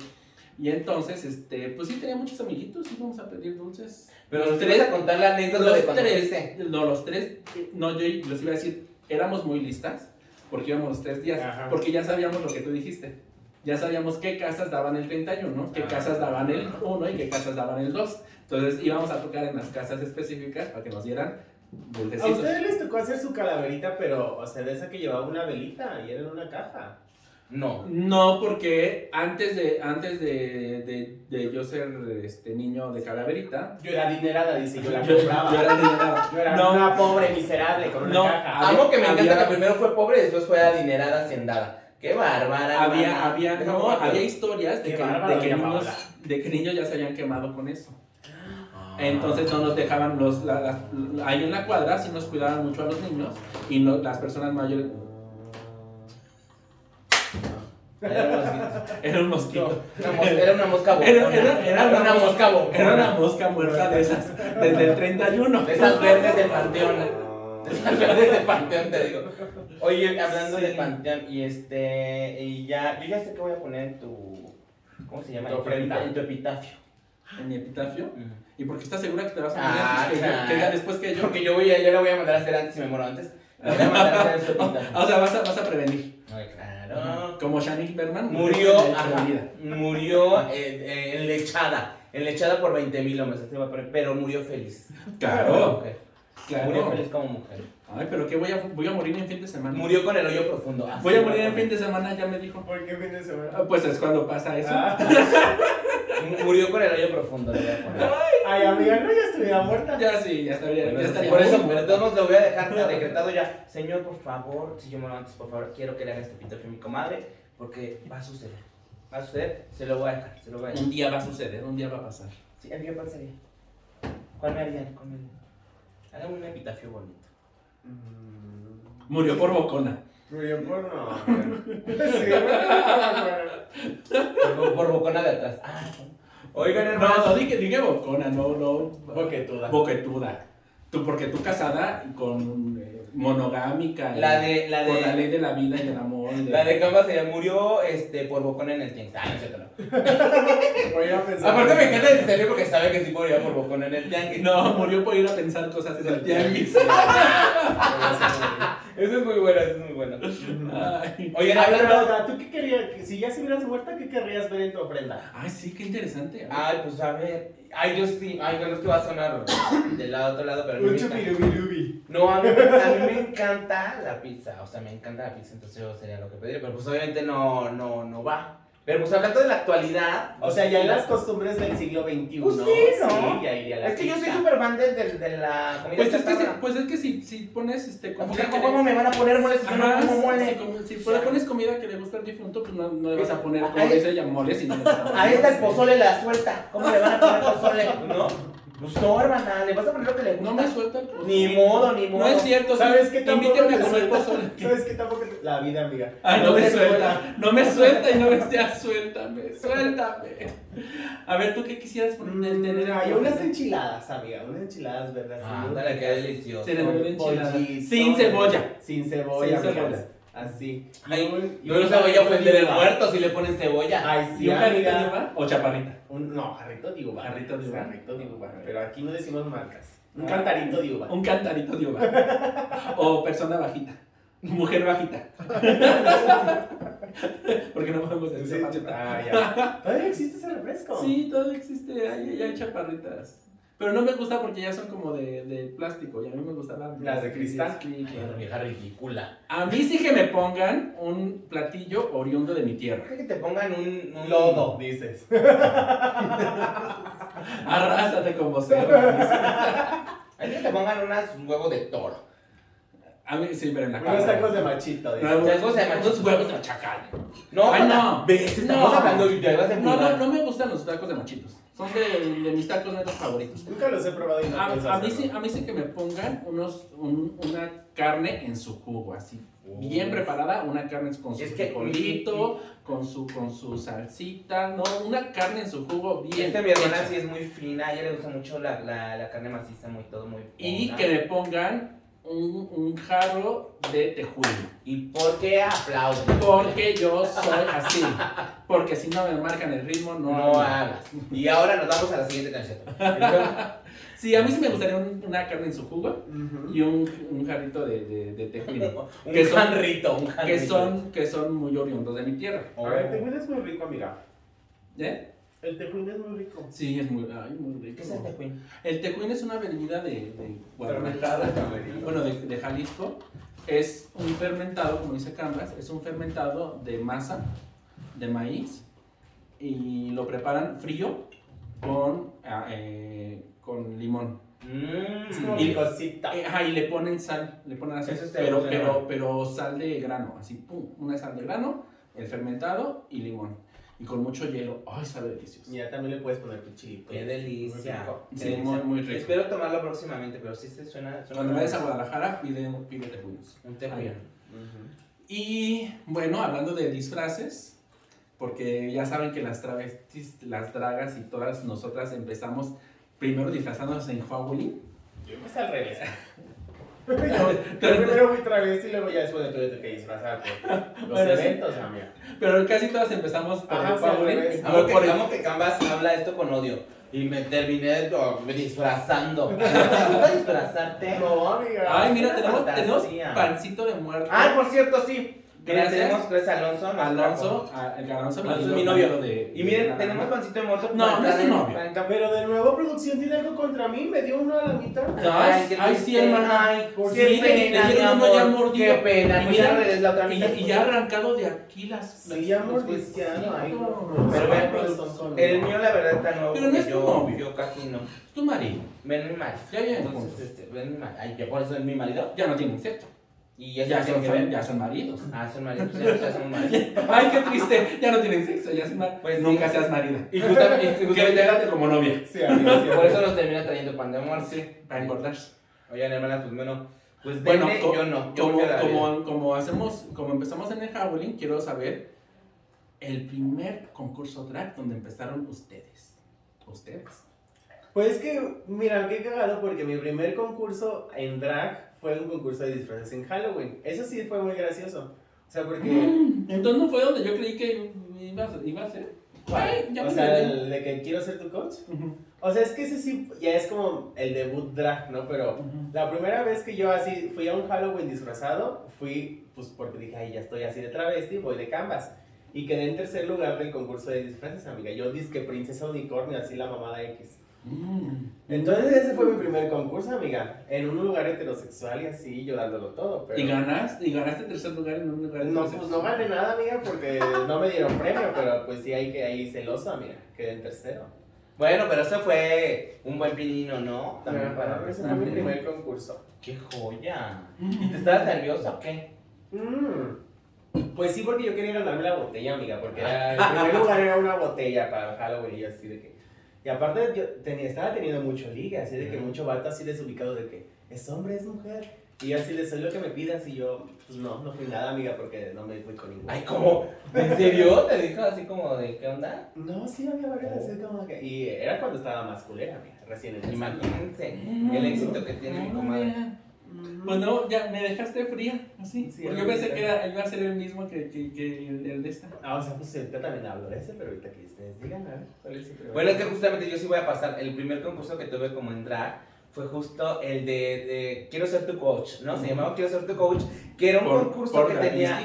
S1: Y entonces, este, pues sí tenía muchos amiguitos, íbamos a pedir dulces.
S3: Pero
S1: los
S3: nos vas a contar la anécdota de
S1: los
S3: cuando
S1: tres,
S3: fuiste.
S1: no, los tres, eh, no, yo los iba a decir, éramos muy listas, porque íbamos los tres días,
S2: Ajá.
S1: porque ya sabíamos lo que tú dijiste. Ya sabíamos qué casas daban el 31, qué
S3: Ah.
S1: casas daban el 1 y qué casas daban el 2. Entonces íbamos a tocar en las casas específicas para que nos dieran
S2: A
S1: dulcecitos.
S2: ustedes les tocó hacer su calaverita, pero, o sea, de esa que llevaba una velita y era en una caja.
S3: No.
S1: No, porque antes de antes de, de- de yo ser este niño de calaverita,
S2: Yo era adinerada, dice, yo la
S1: yo,
S2: compraba.
S1: yo
S2: Yo,
S1: era adinerada.
S2: era
S1: No.
S2: una pobre miserable con una
S1: No. Ah.
S2: caja.
S1: Había-
S3: Amo que me encanta
S1: había-
S3: que primero fue pobre y después fue adinerada hacendada. Qué bárbara.
S1: Había,
S3: hermana.
S1: había,
S3: Deja
S1: no,
S3: un rato.
S1: había historias de
S2: Qué
S1: que,
S2: bárbaro,
S1: de, que
S2: doña
S1: niños,
S2: Paola.
S1: de que niños ya se habían quemado con eso. Ah.
S3: Ah,
S1: Entonces no nos dejaban los, la- la- ahí en la cuadra sí nos cuidaban mucho a los niños y no- las personas mayores.
S3: Era un mosquito.
S1: Era un mosquito.
S3: Una mos- Era una mosca bobona.
S1: Era, era- era una, mosca,
S3: bobona.
S1: era una mosca muerta de esas, desde el 31.
S3: De esas verdes del panteón. De esas verdes del panteón, te digo. Oye, hablando
S1: Sí.
S3: del panteón, y este. Y ya. Yo ya sé qué voy a poner en tu. ¿Cómo se llama?
S2: Tu
S3: En
S2: ofrenda.
S3: En tu epitafio.
S1: En mi epitafio. ¿Y porque estás segura que te vas a morir
S3: Ah,
S1: antes que yo- que
S3: claro.
S1: después que yo?
S3: Porque yo, voy a, yo la voy a mandar a hacer antes y me muero antes. La voy a mandar a hacer en su epitafio.
S1: O sea, vas a, vas a prevenir.
S3: Ay, claro.
S1: Como Shanique Berman
S3: Murió.
S1: de
S3: ajá,
S1: vida.
S3: murió eh, eh, enlechada. Enlechada por 20 mil hombres. así va a poner, Pero murió feliz. Como
S1: Claro,
S3: mujer. Murió
S1: claro.
S3: feliz como mujer.
S1: Ay, pero que voy a, voy a morir en fin de semana.
S3: Murió con el hoyo profundo. así
S1: Voy a
S3: va
S1: morir en
S3: poner.
S1: fin de semana, ya me dijo.
S2: ¿Por qué fin de semana?
S1: Ah, Pues es cuando pasa eso.
S2: Ah,
S3: Mu- Murió con el hoyo profundo. le voy a poner.
S2: ay, amiga, no, ya estuviera muerta.
S1: Ya sí, ya estaría. Ya estaría
S3: Por eso,
S1: muy
S3: pero
S1: muerto.
S3: de todos modos lo voy a dejar decretado ya. Señor, este por favor, si yo me lo antes, por favor, quiero que le hagas tu epitafio a mi comadre, porque va a suceder. va a suceder, se lo voy a dejar, se lo voy a dejar.
S1: Un día va a suceder, un día va a pasar.
S3: Sí, a mí me pasaría. ¿Cuál me harían? ¿Cuál me harían? Hágame un epitafio bonito.
S2: Mm.
S1: Murió por Bocona.
S2: Murió por no. Sí, bueno.
S3: Por, por bocona de atrás. Ah, oigan,
S1: No, no
S3: hermano.
S1: dije, dije Bocona, no, no.
S2: Boquetuda.
S1: Boquetuda. Tú, porque tú casada con eh, monogámica. y
S3: La de- la
S1: Por
S3: de-
S1: la ley de la vida y el amor. y
S3: La de Camba se murió este, por bocona en el tianguis. Ah, no es cierto, no.
S2: Voy a pensar.
S3: Aparte me encanta el serio porque sabe que sí murió por bocona en el tianguis.
S1: No, murió por ir a pensar cosas en el tianguis.
S3: Eso es muy bueno, eso es muy bueno.
S1: Ah. Ay.
S3: Oigan,
S2: Hablando de
S3: hablando...
S2: otra, ¿tú qué querías? Si ya se hubieras muerto, ¿qué querrías ver en tu ofrenda?
S1: Ay, sí, qué interesante.
S3: Ay, pues a ver. Ay, yo sí. Ay, bueno, es que va a sonar del lado a otro lado, pero a mí
S2: Un
S3: me encanta.
S2: chupirubirubi.
S3: No, a mí, a mí me encanta la pizza, o sea, me encanta la pizza, entonces yo sería lo que pediría, pero pues obviamente no, no, no va. Pero pues hablando de la actualidad,
S2: O sea, ya en las costumbres del siglo XXI.
S3: Pues sí, ¿no?
S2: ya iría a la
S3: es que yo soy
S2: pizza.
S3: súper fan de, de, de la comida
S1: Pues es que, si,
S3: chatarra.
S1: pues es que si, si pones este,
S3: Como
S1: como
S3: que,
S1: que-
S3: ¿Cómo me van a poner mole si yo no
S1: Ajá,
S3: como
S1: si,
S3: mole?
S1: como- si fuera- pones comida que le gusta al difunto, pues no, no le vas a poner, como
S3: Ahí-
S1: dice ella, mole, sino le vas a poner-
S3: A esta el pozole la suelta, ¿cómo le van a poner pozole? ¿No? Pues no, hermana, le vas a poner lo que le gusta.
S1: No me suelta el pozole.
S3: Ni modo, ni modo.
S1: No es cierto,
S2: ¿Sabes qué tampoco
S1: Invítame a
S2: te
S1: comer
S2: suelta?
S1: pozole.
S2: ¿Sabes qué tampoco? te- La vida, amiga.
S1: Ay, no,
S3: No
S1: me
S3: te
S1: suelta.
S3: suelta.
S1: No me suelta y no me sea, suéltame, suéltame. A ver, ¿tú qué quisieras poner en tener?
S2: Hay unas enchiladas, amiga. Unas enchiladas verdes.
S3: Ah,
S2: así,
S3: ándale, qué
S2: ricas.
S3: delicioso.
S1: Se le vuelve enchilada.
S2: Pollito. eh,
S1: Sin cebolla.
S2: Sin cebolla,
S1: Sin
S2: amigas.
S1: cebolla.
S2: Así.
S3: Ay,
S2: un-
S3: Yo no se voy a ofender al
S2: diva.
S3: muerto si le ponen cebolla.
S2: Ay,
S1: ¿Y
S2: sí,
S1: un jarrito de
S2: amiga.
S1: uva o chaparrita?
S2: Un, no, jarrito de uva.
S1: Jarrito de uva.
S2: Jarrito de uva. Pero aquí no decimos marcas. Un
S1: Ah.
S2: cantarito de uva.
S1: Un cantarito de uva. O persona bajita. Mujer bajita. Porque no podemos
S2: Sí,
S1: decir chaparrita.
S2: ah, ya. ¿Todavía existe ese refresco?
S1: Sí, todavía existe. Hay, hay- hay chaparritas. Pero no me gusta porque ya son como de, de plástico y a mí me gustaban
S2: Las de cristal.
S1: Sí,
S3: Ay, una
S1: claro.
S3: vieja ridícula.
S1: A mí sí que me pongan un platillo oriundo de mi tierra.
S3: Creo que te pongan un, un
S2: Lodo,
S3: lodo.
S2: dices.
S1: Arrásate con vos.
S3: Hay que te pongan unas huevos de toro.
S1: A mí sí, pero en la
S2: Unos
S1: cámara.
S2: tacos de machito, dices.
S1: Unos-
S3: Tacos de macho.
S1: unos huevos de chacal.
S3: No,
S1: Ay,
S3: para-
S1: no.
S3: ¿Ves? Estamos
S1: No.
S3: hablando y te vas a
S1: No, no,
S3: empulgar.
S1: no me gustan los tacos de machitos. Son de, de mis tacos netos favoritos.
S2: Nunca los he probado y no
S1: A,
S2: pienso
S1: a mí
S2: hacerlo.
S1: sí, a mí sí que me pongan unos, un- una carne en su jugo, así. Bien preparada, una carne con su
S3: Es que-
S1: frijolito, con su, con su salsita, no, una carne en su jugo bien.
S3: Esta Este, mi hermana
S1: hecha.
S3: sí es muy fina, a ella le gusta mucho la, la, la carne maciza, muy todo, muy
S1: Y
S3: fina.
S1: que me pongan un, un jarro de tejuino.
S3: ¿Y por qué aplaudo?
S1: Porque yo soy así. Porque si no me marcan el ritmo, no.
S3: No hablas. Y ahora nos vamos a la siguiente canción. Entonces,
S1: Sí, a mí sí me gustaría un- una carne en su jugo
S2: Ujú.
S1: y un, un jarrito de, de, de tejuino.
S3: un
S1: Que son-
S3: canrito, un
S1: Que
S3: canrito.
S1: son, que son muy oriundos de mi tierra.
S3: Oh.
S2: A ver, el tejuino es muy rico, amiga.
S1: ¿Eh?
S2: El tejuino es muy rico.
S1: Sí, es muy, ay, muy
S3: ¿Qué
S1: rico.
S3: es el tejuino?
S1: El tejuino es una bebida de, de
S2: Fermentado,
S1: Guadalajara,
S2: camerino.
S1: bueno, de, de Jalisco. Es un fermentado, como dice Cambras, es un fermentado de masa, de maíz, y lo preparan frío con, ah, eh, con limón.
S2: Es como
S3: Mm.
S1: Y-
S2: picosita.
S1: Eh, Ajá, y le ponen sal, le ponen así,
S3: Eso está
S1: pero,
S3: bueno.
S1: pero, pero sal de grano, así, pum, una sal de grano, el fermentado y limón. Y con mucho hielo, ay, sabe delicioso.
S2: Y ya también le puedes poner tu chilito.
S3: Qué delicia. Qué
S1: Sí,
S3: delicia.
S1: muy, muy rico.
S3: Espero tomarlo próximamente, pero sí se suena. suena
S1: Cuando vayas a Guadalajara, pide, pide tejuinos.
S3: Un tejuino.
S2: Ujú.
S1: Y bueno, hablando de disfraces, porque ya saben que las travestis, las dragas y todas nosotras empezamos primero disfrazándonos en Halloween.
S2: Yo empecé al revés. yo, yo primero fui travesti y luego ya después me tuve que disfrazar por los
S1: Bueno, sí.
S2: eventos, amiga.
S1: Pero casi todas empezamos por
S2: Ajá,
S1: el
S2: sí, al
S1: Halloween.
S2: revés.
S1: no
S3: Amo que,
S1: por el-
S3: amo que Canvas habla esto con odio. Y me terminé oh, me disfrazando. ¿No te gusta disfrazarte?
S2: No, amiga.
S1: Ay, mira, tenemos,
S3: Fantasía.
S1: tenemos pancito de muerto.
S3: Ah, por cierto, sí. Mira,
S1: Gracias.
S3: tenemos gracias a Alonso. nos
S1: Alonso, a- el Alonso
S3: Alonso es
S1: Marino,
S3: mi novio.
S1: amigo de-
S3: trajo. Y miren,
S1: de-
S3: tenemos pancito de muerto.
S1: No, no es tu novio.
S2: Pero de nuevo, producción tiene algo contra mí. Me dio uno a la mitad.
S1: Ay, sí, ay, sí, hermana.
S3: Ay,
S1: por
S3: qué
S1: sí, le- le
S3: pena,
S1: dieron
S3: mi
S1: uno ya
S3: amor,
S1: mordido.
S3: Qué pena.
S1: Y
S3: pues ya
S1: mira,
S3: no le des la otra
S1: Y
S3: mitad,
S1: ya, y
S3: pues.
S1: ya arrancado de aquí las.
S2: Se llama
S1: los-
S2: Cristiano. Ay,
S3: Pero vean, pues, El mío, la verdad, está nuevo.
S1: Pero no
S3: porque
S1: es tu
S3: yo,
S1: novio.
S3: Yo casi no.
S1: Tu marido.
S3: Ven mi marido.
S1: Ya vienen
S3: Entonces,
S1: juntos.
S3: este, ven mi marido. Ay, yo por eso es mi marido.
S1: Ya no tiene insecto.
S3: Y eso
S1: Ya
S3: no
S1: son,
S3: tiene que ver.
S1: ya son maridos.
S3: Ah, son maridos, ya, ya son maridos.
S1: Ay, qué triste. Ya no tienen sexo, ya son maridos.
S3: Pues
S1: Pues
S3: sí.
S1: nunca seas marida.
S3: Y justamente, y
S1: Que
S3: justamente-
S1: intégrate como novia.
S2: Sí, amigo, sí,
S3: por eso nos termina trayendo pan de amor.
S1: Sí, para engordar.
S3: Oigan, hermanas, pues bueno, pues
S1: Bueno,
S3: denle,
S1: co-
S3: yo no. Yo
S1: Como,
S3: me quedo a la vida.
S1: como, como hacemos, como empezamos en el Howling, quiero saber el primer concurso drag donde empezaron ustedes. Ustedes.
S2: Pues es que, mira, qué cagado porque mi primer concurso en drag fue un concurso de disfraces en Halloween. Eso sí fue muy gracioso. O sea, porque...
S1: Mm. Entonces no fue donde yo creí que iba a, iba a ser. Ay, ya
S2: O
S1: me
S2: sea,
S1: enteré.
S2: el de que quiero ser tu coach.
S1: Ujú.
S2: O sea, es que ese sí ya es como el debut drag, ¿no? Pero la primera vez que yo así fui a un Halloween disfrazado, fui pues porque dije, ay, ya estoy así de travesti, voy de canvas. Y quedé en tercer lugar del concurso de disfraces, amiga. Yo dizque princesa unicornio, así la mamada X.
S1: Mm.
S2: Entonces ese fue mi primer concurso, amiga. En un lugar heterosexual y así, yo dándolo todo. Pero...
S1: Y ganaste, y ganaste tercer lugar en un lugar.
S2: No, pues no gané nada, amiga, porque no me dieron premio, pero pues sí hay que ahí celosa, amiga. Quedé en tercero.
S3: Bueno, pero eso fue un buen pinino, ¿no? También para
S2: Ese fue mi
S1: también.
S2: primer concurso.
S3: ¡Qué joya! ¿Y te
S1: Mm.
S3: estabas nerviosa o qué?
S2: Mm. Pues sí, porque yo quería ganarme la botella, amiga, porque era- en primer lugar era una botella para Halloween y yo así de que... Y aparte yo tenía, estaba teniendo mucho liga, así de que mucho vato así desubicado de que es hombre, es mujer. Y yo así de soy lo que me pidas y yo, pues no, no fui nada, amiga, porque no me fui con ninguno.
S3: Ay, ¿cómo? ¿En serio? ¿Te dijo así como de qué onda?
S2: No, sí, había varias así como que... Y era cuando estaba más culera, amiga, recién en
S3: Imagínense el éxito que tiene mi comadre.
S1: Pues no, ya me dejaste fría, así.
S2: Sí,
S1: porque yo
S2: ahorita.
S1: pensé que era, iba a ser el mismo que, que, que el, el de esta.
S2: Ah, o sea, pues ahorita también hablo de ese, pero ahorita que ustedes digan, a ver, ¿cuál es su primer-
S3: Bueno, es que justamente yo sí voy a pasar. El primer concurso que tuve como en drag fue justo el de, de Quiero ser tu coach, ¿no? Se llamaba Quiero ser tu coach, que era un
S1: Por-
S3: concurso
S1: por
S3: que
S1: Drag
S3: tenía.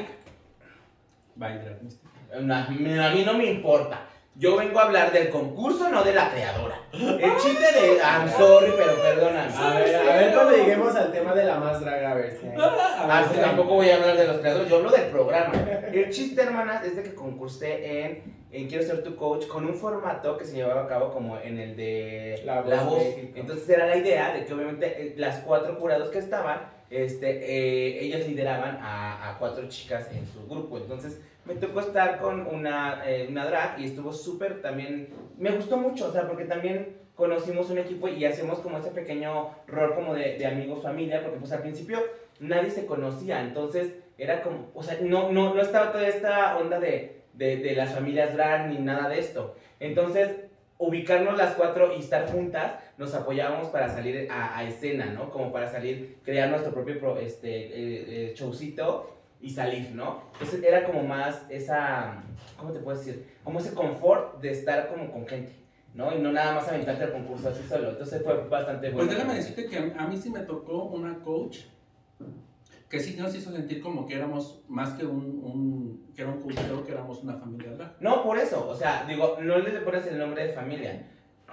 S1: By Drag Mystic.
S3: No, a mí- a mí no me importa. Yo vengo a hablar del concurso, no de la creadora. El chiste de. I'm sorry, pero perdóname.
S2: A ver, a ver cuando lleguemos al tema de la más draga, a ver si hay-
S1: Ah,
S3: Así tampoco voy a hablar de los creadores, yo hablo del programa. El chiste, hermanas, es de que concursé en, en Quiero ser tu coach con un formato que se llevaba a cabo como en el de
S2: La Voz México.
S3: Entonces era la idea de que obviamente eh, las cuatro jurados que estaban, este, eh, ellas lideraban a, a cuatro chicas en su grupo. Entonces me tocó estar con una, eh, una drag y estuvo súper también, me gustó mucho, o sea, porque también conocimos un equipo y hacemos como ese pequeño rol como de, de amigos, familia, porque pues al principio nadie se conocía, entonces era como, o sea, no, no, no estaba toda esta onda de, de, de las familias drag ni nada de esto. Entonces, ubicarnos las cuatro y estar juntas, nos apoyábamos para salir a, a escena, ¿no? Como para salir, crear nuestro propio pro- este, eh, eh, showcito y salir, ¿no? Entonces era como más esa, ¿cómo te puedo decir? Como ese confort de estar como con gente, ¿no? Y no nada más aventarte al concurso así solo. Entonces fue bastante bueno.
S1: Pues déjame decirte que a a mí sí me tocó una coach que sí nos hizo sentir como que éramos más que un, un que era un culto, que éramos una familia drag.
S3: No, por eso, o sea, digo, no le pones el nombre de familia.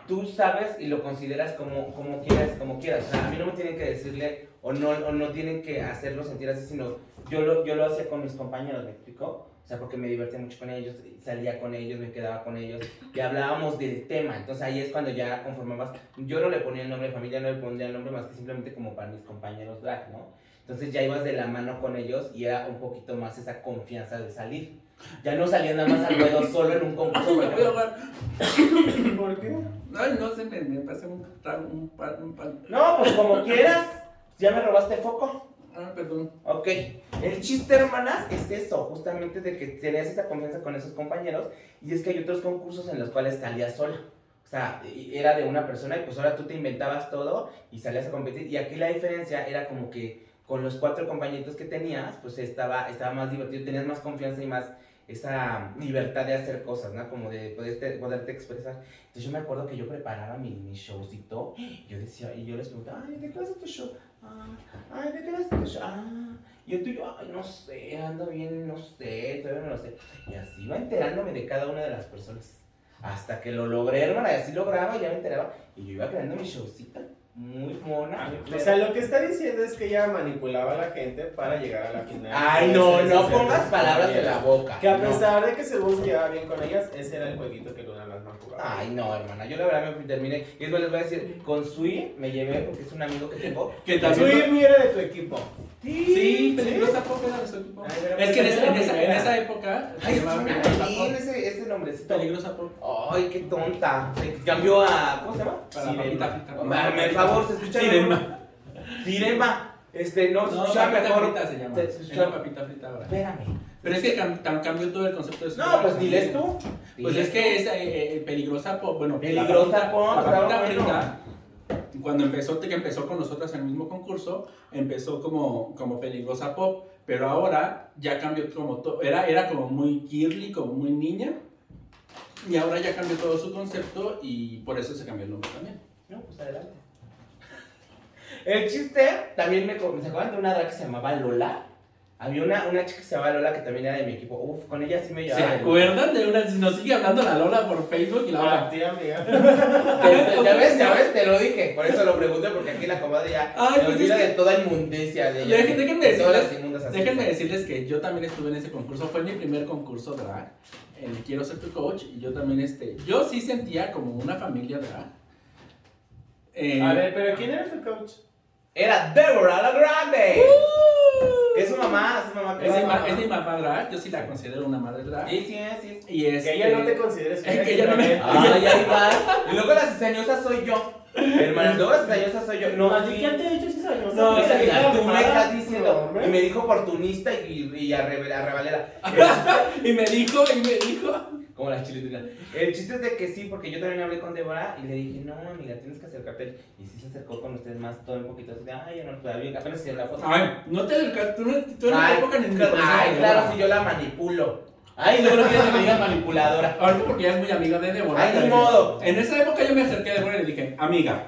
S3: Tú sabes y lo consideras como, como quieras, como quieras. O sea, a mí no me tienen que decirle o no, o no tienen que hacerlo sentir así, sino yo lo, yo lo hacía con mis compañeros, ¿me explico? O sea, porque me divertía mucho con ellos, salía con ellos, me quedaba con ellos y hablábamos del tema. Entonces ahí es cuando ya conformabas. Yo no le ponía el nombre de familia, no le ponía el nombre más que simplemente como para mis compañeros drag, ¿no? Entonces ya ibas de la mano con ellos y era un poquito más esa confianza de salir. Ya no salías nada más al ruedo solo en un concurso.
S1: Ay, me voy a
S3: porque-
S1: ahogar.
S2: ¿Por qué?
S1: Ay, no sé, me, me pasé un trago, un pan, un pan.
S3: No, pues como quieras. Ya me robaste foco.
S1: Ah, perdón.
S3: Ok. El chiste, hermanas, es eso, justamente de que tenías esa confianza con esos compañeros. Y es que hay otros concursos en los cuales salías sola. O sea, y- era de una persona y pues ahora tú te inventabas todo y salías a competir. Y aquí la diferencia era como que con los cuatro compañeritos que tenías, pues estaba, estaba más divertido, tenías más confianza y más esa libertad de hacer cosas, ¿no? Como de poderte, poderte expresar. Entonces yo me acuerdo que yo preparaba mi, mi showcito yo decía, y yo les preguntaba, ay, ¿de qué vas a tu show? Ah, ay, ¿de qué vas a tu show? Ah, y el tuyo, ay, no sé, ando bien, no sé, todavía no lo sé. Y así iba enterándome de cada una de las personas. Hasta que lo logré, hermana, y así lograba y ya me enteraba. Y yo iba creando mi showcita, muy mona. muy
S2: O sea, lo que está diciendo es que ella manipulaba a la gente para llegar a la final.
S3: Ay, no, no pongas palabras en la boca.
S2: Que a
S3: no.
S2: pesar de que según se llevaba bien con ellas, ese era el jueguito que Luna las más jugaba.
S3: Ay, no, hermana, yo la verdad me terminé. Y después les voy a decir, con Sui me llevé porque es un amigo que tengo.
S1: Que
S2: Tú
S1: también,
S2: y mí era de tu equipo.
S1: Sí, peligros apócaras.
S3: pues,
S1: Es que en esa, en esa, en esa época se
S3: Ay,
S1: llamaba
S3: suena
S1: Peligrosa
S3: bien
S1: Pop.
S3: ese, ese nombrecito.
S1: Peligrosa Pop.
S3: Ay, qué tonta. Se cambió a. ¿Cómo se llama?
S1: Para
S2: Sirena.
S1: papita frita.
S3: Hazme el favor, se escucha.
S1: Sirema.
S3: Sirema. Este, no, se
S1: No,
S3: escucha
S1: papita
S3: mejor.
S1: frita se llama.
S3: Se
S1: Es
S3: escucha-
S1: la papita frita ahora.
S3: Espérame.
S1: Pero es que cam- cam- cambió todo el concepto de
S3: No, pues diles tú.
S1: Pues
S3: Diles
S1: es que es eh, eh, peligrosa Pop. Bueno,
S3: Peligrosa Pop,
S1: La papita
S3: está
S1: frita. Cuando empezó, que empezó con nosotras en el mismo concurso, empezó como, como peligrosa pop, pero ahora ya cambió como todo, era, era como muy girly, como muy niña, y ahora ya cambió todo su concepto y por eso se cambió el nombre también.
S3: No, pues adelante. El chiste, también me. co- ¿Se acuerdan de una drag que se llamaba Lola? Había una, una chica que se llamaba Lola que también era de mi equipo. Uf, con ella sí me
S1: ¿Se
S3: llevaba.
S1: acuerdan de una? Nos sigue hablando la Lola por Facebook y la
S2: Ah,
S1: Lola.
S2: tía amiga.
S3: Te- te- Ya ves, ya ves, te lo dije. Por eso lo pregunté, porque aquí la comadre ya
S1: Ay,
S3: se
S1: pues es
S3: olvida
S1: que-
S3: de toda inmundicia de ella.
S1: Dejen- déjenme
S3: de todas
S1: decirles-
S3: las inmundas así.
S1: Déjenme decirles que yo también estuve en ese concurso, fue mi primer concurso drag, el Quiero ser tu coach, y yo también, este, yo sí sentía como una familia drag. Eh,
S2: A ver, pero ¿quién era tu coach?
S3: Era Deborah la Grande. Que es su mamá, su mamá.
S1: ¡Uh! es, mi
S3: su
S1: ma-
S3: mamá.
S1: es mi mamá drag, yo sí la considero una madre drag.
S3: Sí, sí, es, sí. es.
S1: Y este, es
S2: Que ella no te consideres
S1: es que ella no me-
S3: Ay, ahí vas. Y luego la cizañosa soy yo. Hermana, luego la cizañosa soy yo. No,
S2: ¿A ti
S3: sí.
S2: qué te he dicho esa años?
S1: No,
S3: O sea,
S1: sí,
S3: tú me estás diciendo. Y me dijo oportunista y, y arre- arrebalera.
S1: Y me dijo, y me dijo.
S3: Como las chilindrinas. El chiste es de que sí, porque yo también hablé con Débora y le dije, no, amiga, tienes que acercarte. Y sí se acercó con ustedes más todo un poquito. Así de, ay, ya no, todavía apenas se dio la foto.
S1: Ay, no te acercas, tú, no- tú en
S3: Ay,
S1: la época ni ni por eso
S3: Ay,
S1: de
S3: claro,
S1: Débora.
S3: si yo la manipulo. Ay, no lo quieres que me diga manipuladora.
S1: Ahorita porque ya es muy amiga de Débora.
S3: Ay, ni
S1: pero-
S3: modo.
S1: En esa época yo me acerqué a Débora y le dije, amiga,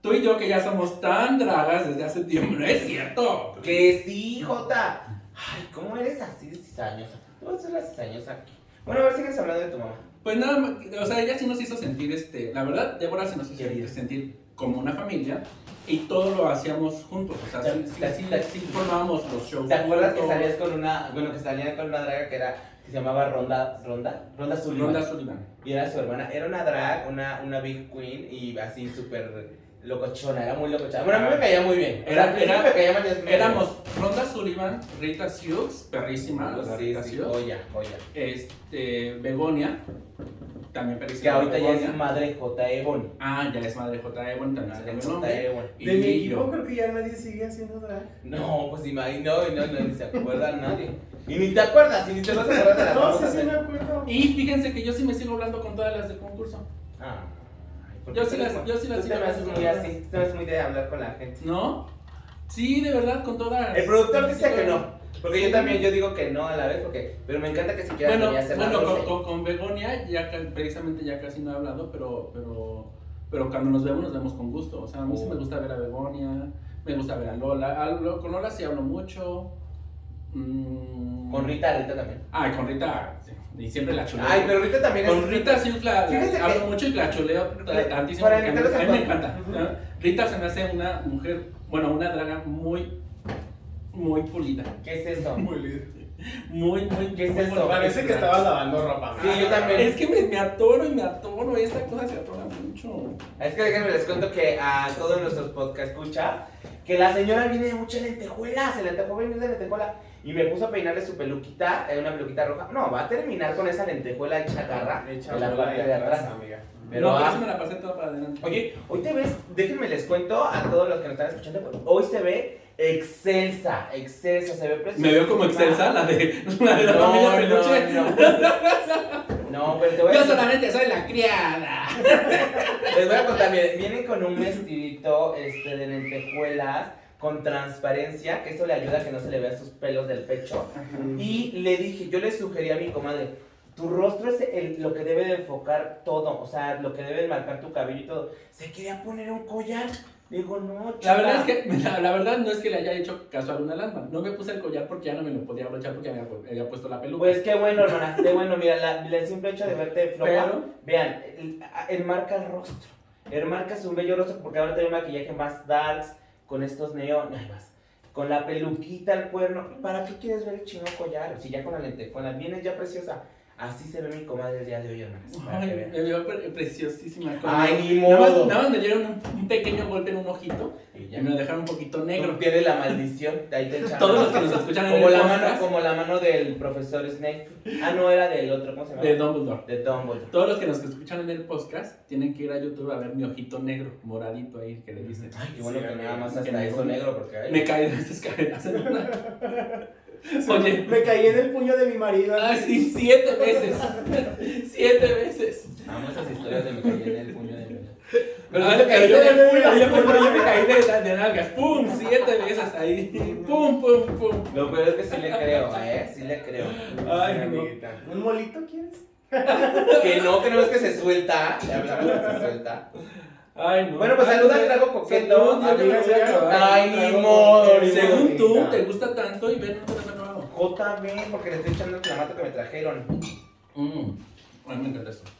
S1: tú y yo que ya somos tan dragas desde hace tiempo, no es cierto.
S3: Que sí, Jota. Ay, ¿cómo eres así de cizañosa? Tú vas a ser la cizañosa aquí. Bueno, a ver, sigues hablando de tu mamá.
S1: Pues nada, más, o sea, ella sí nos hizo sentir, este, la verdad, Débora se nos hizo
S3: Querida.
S1: sentir como una familia y todo lo hacíamos juntos, o sea, sí, sí,
S3: Te-
S1: sí,
S3: te-
S1: sí formábamos los shows.
S3: ¿Te acuerdas que
S1: juntos.
S3: salías con una, bueno, que salía con una draga que era, que se llamaba Ronda, Ronda? Ronda Zulima.
S1: Ronda Sullivan.
S3: Y era su hermana, era una drag, una, una big queen y así súper locochona, era muy locochona. Bueno, a mí me caía muy bien.
S1: Ah. Era-
S3: Al principio
S1: era-
S3: me caía mal, ya es muy bien.
S1: Éramos Ronda Sullivan, Rita Sioux, perrísima, la
S3: Sí,
S1: Rita
S3: sí,
S1: Sioux,
S3: joya, joya.
S1: este, Begonia, también perrísima.
S3: Que ahorita ya
S1: Begonia.
S3: es madre J. Ebony.
S1: Ah, ya es madre J. Ebon, también se
S3: Madre
S1: cambió el
S3: J. E.
S1: nombre.
S3: Ebony.
S1: Y
S2: De mi equipo
S1: yo.
S2: creo que ya nadie sigue haciendo drag.
S3: No, pues imagino, no, no, ni se acuerda nadie. Y ni te acuerdas, y ni te vas a acordar de la
S2: No, sí,
S3: famosa
S2: sí
S3: serie.
S2: me acuerdo.
S1: Y fíjense que yo sí me sigo hablando con todas las del concurso.
S3: Ah, ay, ¿por
S1: Yo
S3: qué
S1: sí
S3: te-
S1: las, yo sí
S3: Tú
S1: las sigo
S3: te me haces muy
S1: hablando.
S3: así, tú te me haces muy de hablar con la gente.
S1: ¿No? Sí, de verdad, con todas.
S3: El productor dice que no. Porque yo también yo digo que no a la vez, porque. Pero me encanta que siquiera
S1: Bueno,
S3: quería hacer la
S1: bueno con,
S3: doce.
S1: con, con Begonia ya ca- precisamente ya casi no he hablado, pero, pero, pero cuando nos vemos nos vemos con gusto. O sea, a mí sí me gusta ver a Begonia, me gusta ver a Lola. Hablo- con Lola sí hablo mucho. Mm.
S3: Con Rita, Rita también.
S1: Ay, con Rita. sí, Y siempre la chuleo.
S3: Ay, pero Rita también
S1: Con
S3: es.
S1: Rita sí la, la-
S3: Fíjese que-
S1: hablo mucho y la chuleo
S3: Para-
S1: tantísimo.
S3: para
S1: porque a mí,
S3: evitar los
S1: a mí me
S3: encuentros.
S1: encanta. ¿no? Rita se me hace una mujer, bueno, una draga muy, muy pulida.
S3: ¿Qué es eso?
S1: Muy, muy.
S3: ¿Qué es
S1: muy
S3: eso?
S1: bonita.
S2: Parece que estabas lavando ropa.
S3: Sí, yo también.
S1: Es que me, me atoro y me atoro. Esta cosa se atora mucho.
S3: Es que déjenme les cuento que a todos nuestros podcast escucha que la señora viene de mucha lentejuela, se lentejuela viene de lentejuela y me puso a peinarle su peluquita, eh, una peluquita roja. No, va a terminar con esa lentejuela hecha garra
S2: Echa
S3: en la
S2: bola
S3: parte
S2: de
S3: de atrás.
S2: amiga.
S3: Pero,
S1: no, pero
S3: ah.
S1: sí me la pasé toda para adelante.
S3: Oye, hoy te ves, déjenme les cuento a todos los que nos están escuchando, hoy se ve excelsa, excelsa, se ve preciosa.
S1: me veo como excelsa, la de la, de la
S3: no,
S1: familia
S3: no,
S1: peluche.
S3: No, no, pero te voy a
S1: Yo
S3: decir-
S1: solamente soy la criada.
S3: Les voy a contar, miren, viene con un vestidito este, de lentejuelas con transparencia, que eso le ayuda a que no se le vean sus pelos del pecho. Y le dije, yo le sugerí a mi comadre, tu rostro es el- lo que debe de enfocar todo, o sea, lo que debe de marcar tu cabello y todo. Se quería poner un collar. Digo, no, chica.
S1: La verdad es que, la, la verdad no es que le haya hecho caso a alguna alarma. No me puse el collar porque ya no me lo podía abrochar porque me había, había puesto la peluca.
S3: Pues qué bueno, hermana, qué bueno, mira, la, el simple hecho de verte floja,
S1: Pero-
S3: vean, el- el marca el rostro, el marca su bello rostro, porque ahora tiene un maquillaje más darks, con estos neones, más, con la peluquita al cuerno, ¿para qué quieres ver el chino collar? Si ya con la lentejuela, vienes ya preciosa, así se ve mi comadre el día de hoy, hermanas, para que
S1: Ay,
S3: vean.
S1: me veo pre- preciosísima. con-
S3: Ay, ni
S1: nada, más,
S3: modo.
S1: nada más me dieron un, un pequeño golpe en un ojito
S3: Y
S1: Y
S3: ya.
S1: me lo dejaron un poquito negro.
S3: Tú tienes la maldición, ahí te echamos.
S1: Todos los que nos escuchan en
S3: como
S1: el
S3: la, mano,
S1: podcast
S3: como la mano del profesor Snape. Ah, no, era del otro, ¿cómo se llama?
S1: de Dumbledore.
S3: De Dumbledore.
S1: Todos los que nos escuchan en el podcast tienen que ir a YouTube a ver mi ojito negro, moradito ahí, que le dicen.
S3: Ay, qué bueno
S2: Sí,
S3: que
S2: amigo,
S3: nada más
S1: que
S3: hasta
S1: me-
S3: eso negro, porque ay,
S1: Me caí de las escaleras en una. Oye, Ah,
S2: Me caí en el puño de mi marido.
S1: así siete veces. siete veces.
S3: amo esas historias de me caí en el puño de mi
S1: Pero
S3: Ah,
S1: yo me caí
S3: yo
S1: de
S3: me-
S1: yo me- yo me caí de, de nalgas. ¡Pum! Siete veces ahí. ¡Pum, pum, pum!
S3: Lo peor es que sí le creo, ¿eh? Sí le creo.
S1: Ay, no.
S2: amiguita.
S4: ¿Un molito quieres?
S3: Que no, que no es que se suelta. Le hablamos que se suelta.
S1: Ay, no.
S3: Bueno, pues
S1: Ay,
S3: saluda al
S1: te-
S3: trago coqueto.
S1: Salud, yo te lo voy a acabar.
S3: Ay, ni modo, ni modo.
S1: Según tú, te gusta tanto y ven, no te lo has acabado.
S3: JB, porque le estoy echando el clamato que me trajeron.
S1: Mm. Ay, me encanta esto.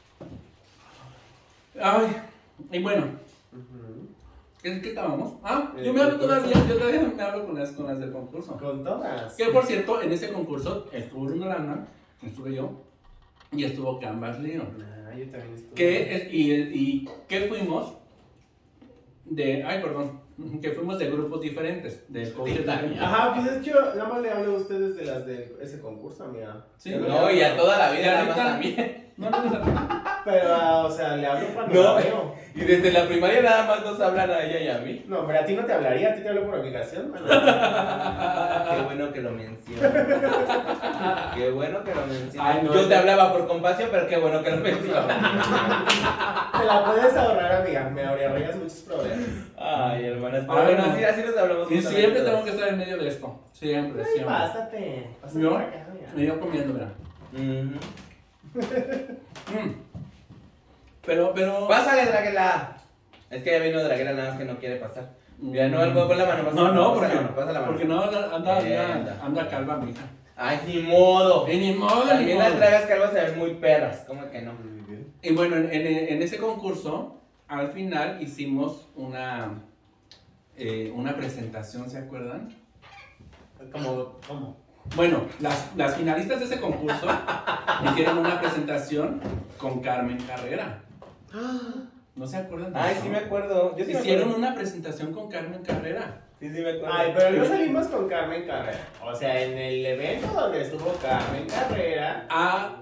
S1: Ay, y bueno,
S2: Ujú.
S1: ¿qué, qué estábamos? Ah,
S2: El
S1: yo me hablo
S2: concurso.
S1: todavía, yo todavía me hablo con las, con las del concurso.
S2: Con todas.
S1: Que por cierto, en ese concurso estuvo Bruno Lana, estuve yo, y estuvo Canvas Leon.
S2: Ah, yo también estuve.
S1: Que, es- y, y que fuimos de, ay, perdón, que fuimos de grupos diferentes, de coaches diferentes.
S2: Ajá, pues es que yo nada más le hablo a ustedes de las de ese concurso, amiga.
S1: Sí.
S2: Yo
S3: No,
S2: le
S3: y a
S2: hablo.
S3: toda la
S1: Y
S3: vida nada más
S1: ahorita-
S3: a mí.
S1: No, no, no, no.
S2: Pero, ah, o sea, le hablo cuando
S3: No.
S2: la veo.
S3: Y desde la primaria nada más nos hablan a ella y a mí.
S2: No, pero a ti no te hablaría, a ti te hablo por obligación. mana.
S1: Ah,
S3: Qué bueno que lo mencionas. Qué bueno que lo mencionas.
S1: Ay, no,
S3: Yo
S1: es-
S3: te hablaba por compasión, pero qué bueno que lo mencionas.
S2: te la puedes ahorrar, amiga. Me ahorrarías muchos problemas.
S3: Ay, hermanas. Pero
S1: Ay,
S3: bueno,
S1: no.
S3: así, así nos hablamos.
S1: Y
S3: justamente
S1: siempre
S3: todas.
S1: tengo que estar en medio de esto, siempre,
S2: Ay,
S1: siempre.
S2: pásate. Pásate
S1: ¿No?
S2: por acá, amiga.
S1: Me iba comiendo, mira.
S3: Ujú.
S1: Mm. Pero, pero...
S3: Pásale, Draguela. Es que ya vino Draguela nada más que no quiere pasar. Ya no, algo con la mano. Pasa
S1: No,
S3: la
S1: no,
S3: mano,
S1: porque,
S3: pasa la mano, pasa la mano.
S1: porque no, anda, anda,
S3: Eh,
S1: anda,
S3: anda.
S1: anda calva, mi hija.
S3: Ay, ni modo.
S1: Y ni modo, ni
S3: También las
S1: modo.
S3: dragas calvas se ven muy perras. ¿Cómo que no?
S1: Y bueno, en, en, en ese concurso, al final hicimos una, eh, una presentación, ¿se acuerdan?
S4: Como, ¿cómo?
S1: Bueno, las, las finalistas de ese concurso hicieron una presentación con Carmen Carrera. ¿No se acuerdan de
S3: Ay,
S1: eso?
S3: sí me acuerdo. Yo sí me
S1: Hicieron
S3: acuerdo.
S1: una presentación con Carmen Carrera.
S3: Sí, sí me acuerdo.
S2: Ay, pero no salimos con Carmen Carrera. O sea, en el evento donde estuvo Carmen Carrera.
S1: Ah,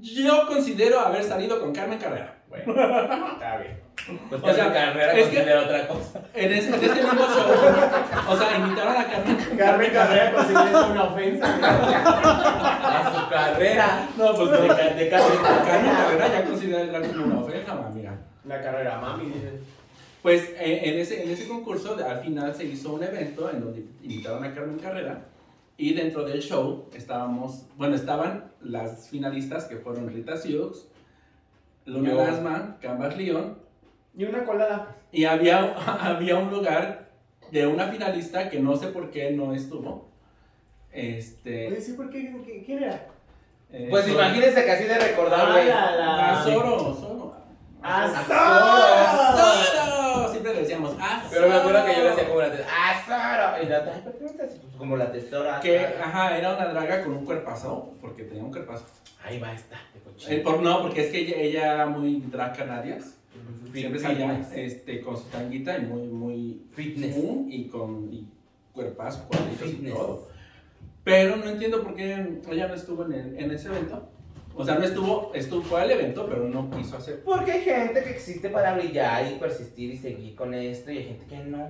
S1: yo considero haber salido con Carmen Carrera.
S2: Bueno, está bien.
S3: Pues
S1: o
S3: que
S1: sea,
S3: mi carrera
S1: es que-
S3: considera otra cosa.
S1: En ese, en ese mismo show. O sea, invitaron a Carmen.
S2: Carmen Carrera consiguió una ofensa. amiga.
S3: A su carrera.
S1: No, pues no.
S3: De, ca- de ca-
S1: Carmen Carrera ya considera el drag como una ofensa, amiga.
S2: La carrera mami. dice.
S1: Pues eh, en, ese, en ese concurso de- al final se hizo un evento en donde invitaron a Carmen Carrera y dentro del show estábamos, bueno, estaban las finalistas que fueron Rita Sioux, Luna
S3: Yo.
S1: Lasman, Canvas León
S2: Y una colada.
S1: y había, había un lugar de una finalista que no sé por qué no estuvo. Este,
S2: Oye, sí, ¿por qué? ¿Qui- ¿Quién era?
S1: eh,
S3: Pues
S1: Sor-
S3: imagínense que así de recordable.
S2: Ah,
S1: Ah, Zoro, Zoro.
S3: Ah.
S2: ¡Azor!
S1: ¡Zoro! Siempre le decíamos, ¡Ah,
S3: Pero me acuerdo
S1: Zoro!
S3: que yo le hacía como la tesora. ¡Ah, Zoro! Y la ay, ¿por qué me estás haciendo como la tesora?
S1: Que,
S3: Zoro?
S1: ajá, era una draga con un cuerpazo, porque tenía un cuerpazo.
S3: Ahí va esta, de
S1: Eh,
S3: cochino.
S1: por, no, porque es que ella, ella era muy drag canarias. Siempre salía
S3: Fitness.
S1: este, con su tanguita y muy, muy
S3: Fitness.
S1: mm, y con y cuerpazo, cuadritos y
S3: Fitness.
S1: todo. Pero no entiendo por qué ella no estuvo en, el- en ese evento. O sea, no estuvo, estuvo, fue al evento, pero no quiso hacer.
S3: Porque hay gente que existe para brillar y persistir y seguir con esto, y hay gente que no.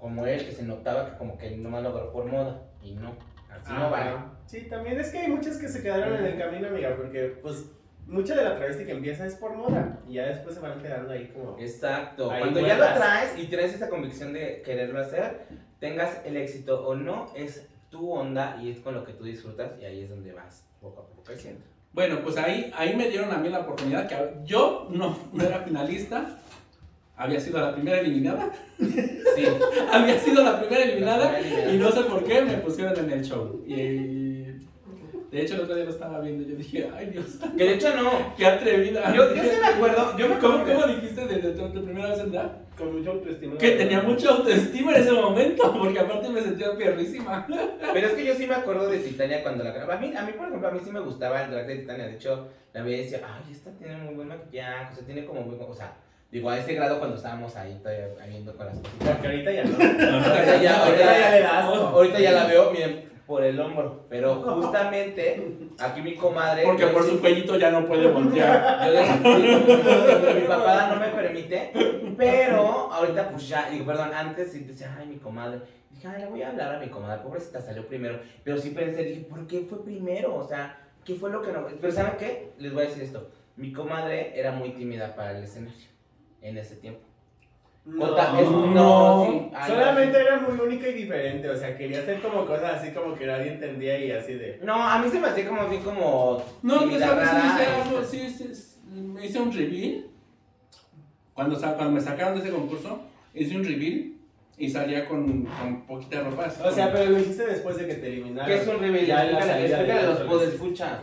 S3: Como él, que se notaba que como que él nomás lo agarró por moda. Y no. Así
S2: Ah,
S3: no vale.
S2: bueno. Sí, también es que hay muchas que se quedaron en el camino, amiga, porque pues mucha de la travesti que empieza es por moda y ya después se van quedando ahí como...
S3: Exacto.
S2: Ahí
S3: Cuando ya
S2: vuelas.
S3: lo traes y tienes esa convicción de quererlo hacer, tengas el éxito o no, es tu onda y es con lo que tú disfrutas y ahí es donde vas poco a poco creciendo.
S1: Bueno, pues ahí, ahí me dieron a mí la oportunidad que a- yo no, no era finalista. Había sido la primera eliminada.
S3: Sí.
S1: Había sido la primera eliminada.
S3: Nada.
S1: Y no sé por qué me pusieron en el show. Y, de hecho, el otro día lo estaba viendo. Yo dije, ay Dios,
S3: Que de hecho no.
S1: qué atrevida.
S3: Yo, yo sí me acuerdo, yo me
S1: ¿Cómo,
S3: acuerdo que-
S1: cómo dijiste desde tu, tu primera vez en drag?
S2: Con mucho autoestima.
S1: Que tenía mucha autoestima en ese momento, porque aparte me sentía pierrísima.
S3: Pero es que yo sí me acuerdo de Titania cuando la... A mí, a mí, por ejemplo, a mí sí me gustaba el drag de Titania. De hecho, la veía y decía, ay, esta tiene muy buen maquillaje, o sea, tiene como muy... O sea, Digo, a ese grado cuando estábamos ahí todavía viendo con las cositas.
S2: Porque ahorita ya no.
S3: Ahorita ya, ahorita
S2: Ahorita
S3: ya-
S2: ya le das.
S3: ahorita ya la veo, miren, por el hombro. Pero justamente aquí mi comadre.
S1: Porque
S3: yo
S1: por
S3: sí-
S1: su cuellito ya no puede voltear.
S3: Yo decidí, mi papá no me permite, pero ahorita pues ya, digo, perdón, antes sí decía, ay, mi comadre. Dije, ay, le voy a hablar a mi comadre, pobrecita, salió primero. Pero sí pensé, dije, ¿por qué fue primero? O sea, ¿qué fue lo que no? Pero ¿saben qué? Les voy a decir esto. Mi comadre era muy tímida para el escenario en ese tiempo. Conta- es-
S2: No.
S1: No.
S3: sí, ay, no,
S2: Solamente era muy única y diferente, o sea, quería hacer como cosas así como que nadie entendía y así de...
S3: No, a mí se me hacía como bien como.
S1: No, pues
S3: tímida,
S1: sabes,
S3: rara,
S1: hice
S3: este,
S1: algo, sí, sí, sí, hice un reveal. Cuando, sa- cuando me sacaron de ese concurso, hice un reveal y salía con, con poquita ropa. así
S2: O sea,
S1: como-
S2: pero lo hiciste después de que te eliminaron.
S3: ¿Qué es un reveal?
S2: Ya en la
S3: Explícale,
S2: salida
S3: explícale a
S2: de
S3: los
S2: los
S3: podescuchas.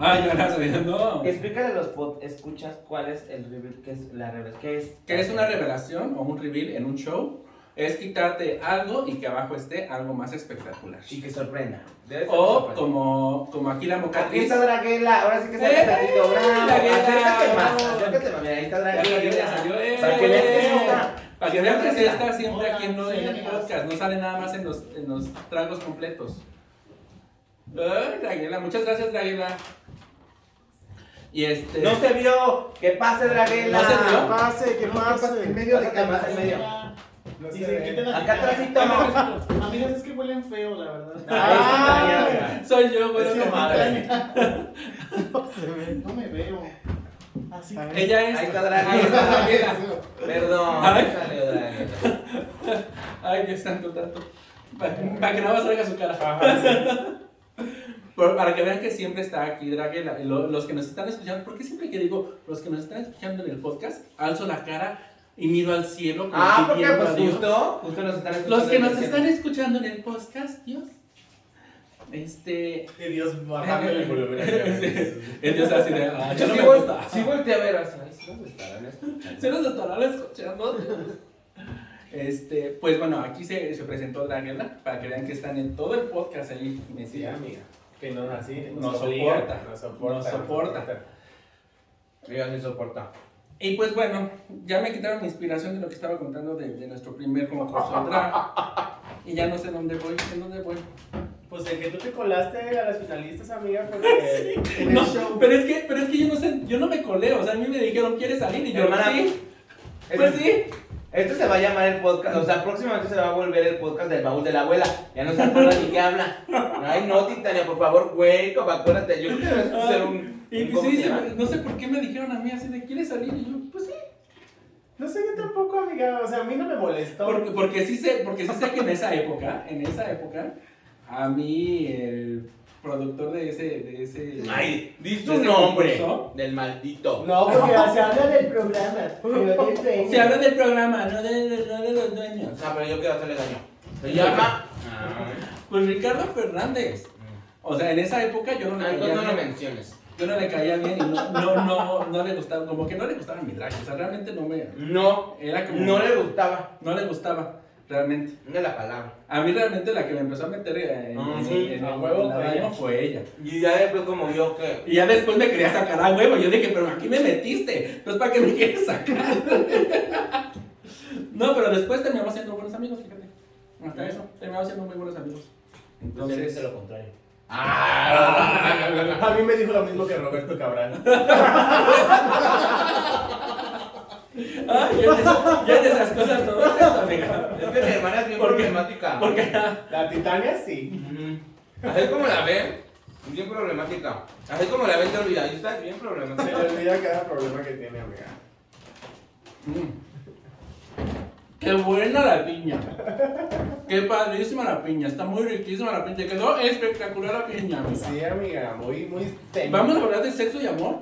S1: Ah, yo la sabía, no.
S3: Explícale a los pod escuchas cuál es el reveal, qué es la reveal, qué es.
S1: ¿Qué es una revelación o un reveal en un show? Es quitarte algo y que abajo esté algo más espectacular.
S3: Y que sorprenda. Debe ser que
S1: O
S3: sorprenda.
S1: como, como aquí la
S3: Aquí
S1: mocatriz.
S3: está Draguela, ahora sí que está
S1: ¡Eh!
S3: sentadito, bravo.
S1: Draguela.
S3: Acércate más, acércate más, mira, ahí está
S1: Ya salió,
S3: Draguela.
S1: ya salió. ¡eh!
S3: Para que vean que sí está.
S1: Para que vean que sí está siempre
S4: Hola,
S1: aquí en
S4: soy
S1: el
S4: Daniela.
S1: podcast, no sale nada más en los, en los tragos completos. Ay, Draguela, muchas gracias, Draguela. Y este.
S3: No se vio, que pase Draguela.
S1: No se
S5: Que
S1: vio.
S5: pase, que pase.
S4: En medio de
S3: Pásate más, en medio.
S4: cámara.
S2: No
S4: Y
S2: se
S4: se
S2: ve.
S4: quitan la
S3: Acá atrásito.
S4: pijama. Amigas, es que huelen feo, la verdad.
S5: Ah,
S2: Ahí
S1: Soy yo,
S2: está, ya,
S1: bueno.
S2: ya. Es su madre.
S5: Se ve.
S4: No me veo. Así.
S5: A ver.
S1: Ella es.
S3: Ahí está Draguela.
S1: Ahí está Draguela.
S3: Perdón,
S1: A ver.
S3: salió Draguela.
S1: Ay, Dios santo, tanto. Para que nada más salga su cara.
S2: Ajá, sí.
S1: Por- para que vean que siempre está aquí Draguela. Y lo- los que nos están escuchando, porque siempre que digo los que nos están escuchando en el podcast, alzo la cara y miro al cielo. como
S3: Ah,
S1: que
S3: porque
S1: pidiendo
S3: pues
S1: a Dios.
S3: justo, justo nos están escuchando.
S1: Los que nos
S3: desde-
S1: están escuchando en el podcast, Dios. Este.
S2: Y Dios bajándole el volumen. aquí.
S1: El Dios así de. "Ah,
S3: Yo
S1: yo no
S3: sí,
S1: me
S3: vol-
S1: gusta.
S3: sí volteé a ver, así, ay, sí nos estarán escuchando.
S1: Se nos estarán escuchando. Este, pues bueno, aquí se, se presentó Draguela para que vean que están en todo el podcast ahí. Me
S2: Sí,
S1: sigan.
S2: amiga. Que no así.
S1: Nos
S2: obliga,
S1: soporta,
S2: Nos soporta.
S1: nos
S2: nos
S1: soporta.
S3: Ella sí soporta.
S1: Y pues bueno, ya me quitaron mi inspiración de lo que estaba contando de, de nuestro primer concurso de drag. Y ya no sé dónde voy, en dónde voy.
S2: Pues el que tú te colaste a las finalistas, amiga, porque en el
S1: No,
S2: show.
S1: pero es que, pero es que yo no sé, yo no me colé, o sea, a mí me dijeron, ¿quieres salir? Y yo,
S3: Hermana,
S1: sí,
S3: Es-
S1: pues sí.
S3: Esto se va a llamar el podcast, o sea, próximamente se va a volver el podcast del baúl de la abuela. Ya no se acuerda ni qué habla. Ay, no, Titania, por favor, hueco, acuérdate. Yo creo que debes hacer un.
S1: Y
S3: un-
S1: pues
S3: ¿cómo
S1: sí,
S3: se llama?
S1: no sé por qué me dijeron a mí así de, ¿quieres salir? Y yo, pues sí.
S2: No sé, yo tampoco, amiga. O sea, a mí no me molestó.
S1: Porque, porque sí sé, porque sí sé que en esa época, en esa época, a mí el productor de ese, de ese.
S3: Ay, di
S1: ¿De
S3: tu
S1: ese
S3: nombre.
S1: concurso?
S3: Del maldito.
S2: No, porque se habla del programa. Pero de sueño.
S1: Se habla del programa, no de- de- no de los dueños.
S3: No, pero yo quiero hacerle daño. Se llama. Ah,
S1: Pues Ricardo Fernández. O sea, en esa época yo no le
S3: Ah, Entonces
S1: caía
S3: no lo
S1: bien.
S3: menciones.
S1: Yo no le caía bien y no, no, no, no le gustaba. Como que no le gustaba mi drag. O sea, realmente no me.
S3: No,
S1: Era como.
S3: no le gustaba.
S1: no le gustaba, realmente.
S3: Mira la palabra.
S1: A mí realmente la que me empezó a meter eh, en,
S3: Ah,
S1: en-
S3: sí,
S1: en-
S2: a
S1: en
S2: huevo
S1: la
S2: fue
S1: daño
S2: ella.
S1: fue ella.
S3: Y ya después, como yo que.
S1: Y ya después me quería sacar a huevo. Yo dije, pero aquí me metiste. Entonces, ¿para qué me quieres sacar? no, pero después terminamos siendo buenos amigos, fíjate. Hasta eso, terminamos siendo muy buenos amigos.
S3: Entonces,
S1: Entonces,
S3: lo contrario.
S2: Ah. A mí me dijo lo mismo que Roberto Cabral.
S1: Ah, ya, de, ya de esas cosas no amiga.
S3: Es que mi hermana es bien
S1: ¿Por qué?
S3: problemática.
S1: Porque
S2: La Titania sí.
S3: Ujú. Así como la ven, bien problemática. Así como la ven te olvidadista, bien
S2: Se le
S3: problemática.
S2: olvida cada problema que tiene, amiga.
S1: Mm. Qué buena la piña. Qué padrísima la piña. Está muy riquísima la piña. Quedó espectacular la piña, amiga.
S2: Sí, amiga, muy, muy técnica.
S1: Vamos a hablar de sexo y amor.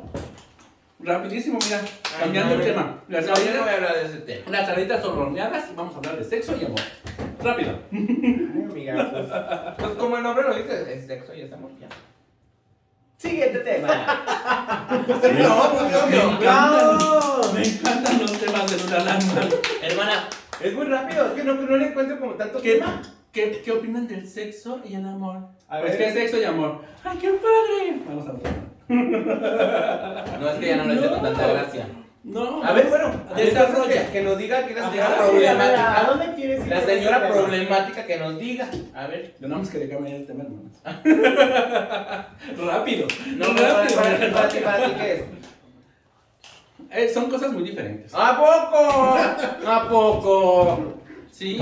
S1: Rapidísimo, mira.
S3: Ay,
S1: Cambiando
S3: no,
S1: el
S3: no.
S1: tema.
S3: No,
S1: Las
S3: yo no voy
S1: alitas,
S3: a hablar de ese tema.
S1: las alitas horroneadas y vamos a hablar de sexo y amor. Rápido.
S2: Ay, amiga, pues.
S3: Pues como el nombre lo dice, es sexo y es amor. Ya.
S2: Siguiente tema.
S3: No, pues yo
S1: Me
S3: no.
S1: encantan, me encantan los temas de Luna Lama.
S3: Hermana, es muy rápido, es que no, no le encuentro como tanto
S1: ¿Qué,
S3: tema.
S1: qué, qué opinan del sexo y el amor?
S2: A
S1: pues
S2: ver.
S1: que es sexo y amor. ¡Ay, qué padre! Vamos a ver.
S3: No, es que ya no le hice con tanta gracia.
S1: No.
S3: A ver, bueno,
S6: Desarrolla.
S3: desarrolla. Que nos diga que la
S2: Ah,
S3: señora
S2: sí, la verdad, ¿A
S3: problemática.
S2: dónde quieres ir?
S3: La
S2: con este
S3: señora
S2: tema?
S3: problemática que nos diga. A ver.
S1: Yo nada más quería cambiar el tema, hermano. Rápido.
S3: No, no, para ti, para ti, para ti, para ti, ¿qué es?
S1: Eh, son cosas muy diferentes.
S3: ¿A poco? ¿A poco?
S1: Sí.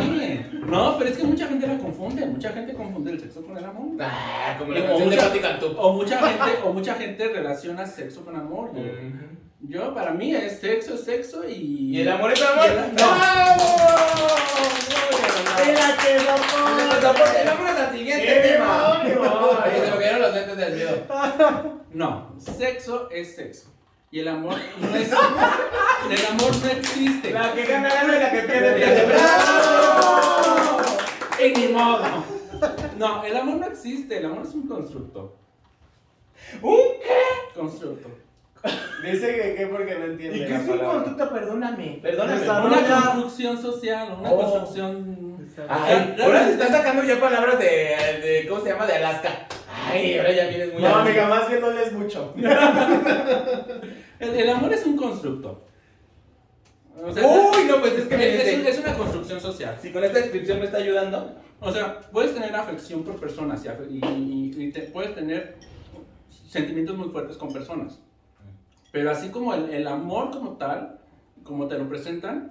S1: No, pero es que mucha gente la confunde. Mucha gente confunde el sexo con el amor.
S3: Ah, como
S1: Y
S3: la
S1: como
S3: canción de
S1: mucha-
S3: Patti Cantú.
S1: O mucha gente, o mucha gente relaciona sexo con amor. güey. Yo, para mí, es sexo, es sexo y.
S3: Mm. ¿Y el amor es amor?
S1: Y el- no.
S3: ¡Bravo! Entonces, aporte, Vámonos al
S2: Este
S3: siguiente Este tema. Ahí se me cayeron los lentes del miedo.
S1: No, sexo es sexo. Y el amor no es. el amor no existe.
S3: La que gana, gana y la que pierde, pierde.
S1: ¡Bravo! Y ni modo. No, el amor no existe. El amor es un constructo.
S3: ¿Un
S1: qué? Constructo.
S2: Dice que, que porque no entiende.
S3: ¿Y qué
S2: la
S3: es un
S2: palabra.
S3: constructo? Perdóname. Perdóname.
S5: Desarrollo.
S1: Una
S5: Ahora ya.
S1: construcción social, una
S3: Oh.
S1: construcción.
S3: Ay, ahora se están sacando ya palabras de, de- ¿Cómo se llama? De Alaska. Ay, ahora ya vienes muy.
S2: No,
S3: así.
S2: amiga, más bien no lees mucho.
S1: El, el amor es un constructo. O sea,
S3: Uy, no, pues es que me
S1: es- es-
S3: dice.
S1: es una construcción social.
S3: Si con esta descripción me está ayudando.
S1: O sea, puedes tener afección por personas y, afe- y- y- y te- puedes tener sentimientos muy fuertes con personas. Pero así como el, el amor como tal, como te lo presentan,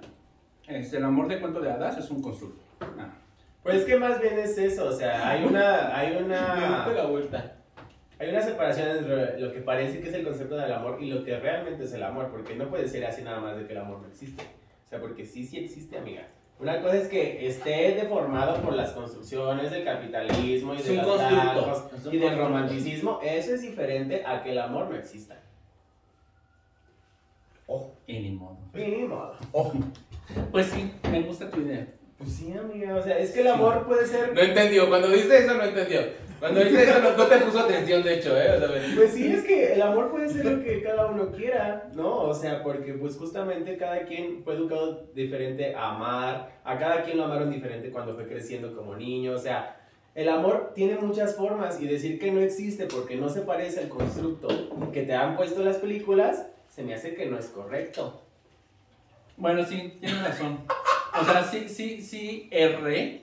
S1: es el amor de cuento de hadas es un constructo. Ah.
S2: Pues que más bien es eso, o sea, hay una, hay
S3: Me gusta
S2: una,
S3: la vuelta.
S2: hay una separación entre lo que parece que es el concepto del amor y lo que realmente es el amor, porque no puede ser así nada más de que el amor no existe, o sea, porque sí, sí existe, amiga. Una cosa es que esté deformado por las construcciones del capitalismo y
S3: Es
S2: de
S3: un
S2: las
S3: constructo.
S2: narcos
S3: Es un
S2: y del
S3: constructo.
S2: romanticismo, eso es diferente a que el amor no exista.
S1: Y ni modo.
S2: Mínimo.
S1: Pues sí, me gusta tu idea.
S2: Pues sí, amiga, o sea, es que el amor puede ser,
S3: No entendió. Cuando dice eso, no entendió. Cuando dice eso, no, no te puso atención, de hecho, ¿eh? O sea, me-
S2: Pues sí, es que el amor puede ser lo que cada uno quiera, ¿no? O sea, porque pues justamente cada quien fue educado diferente a amar, a cada quien lo amaron diferente cuando fue creciendo como niño, o sea, el amor tiene muchas formas y decir que no existe porque no se parece al constructo que te han puesto las películas, se me hace que no es correcto.
S1: Bueno, sí, tienes razón. O sea, sí, sí, sí, erré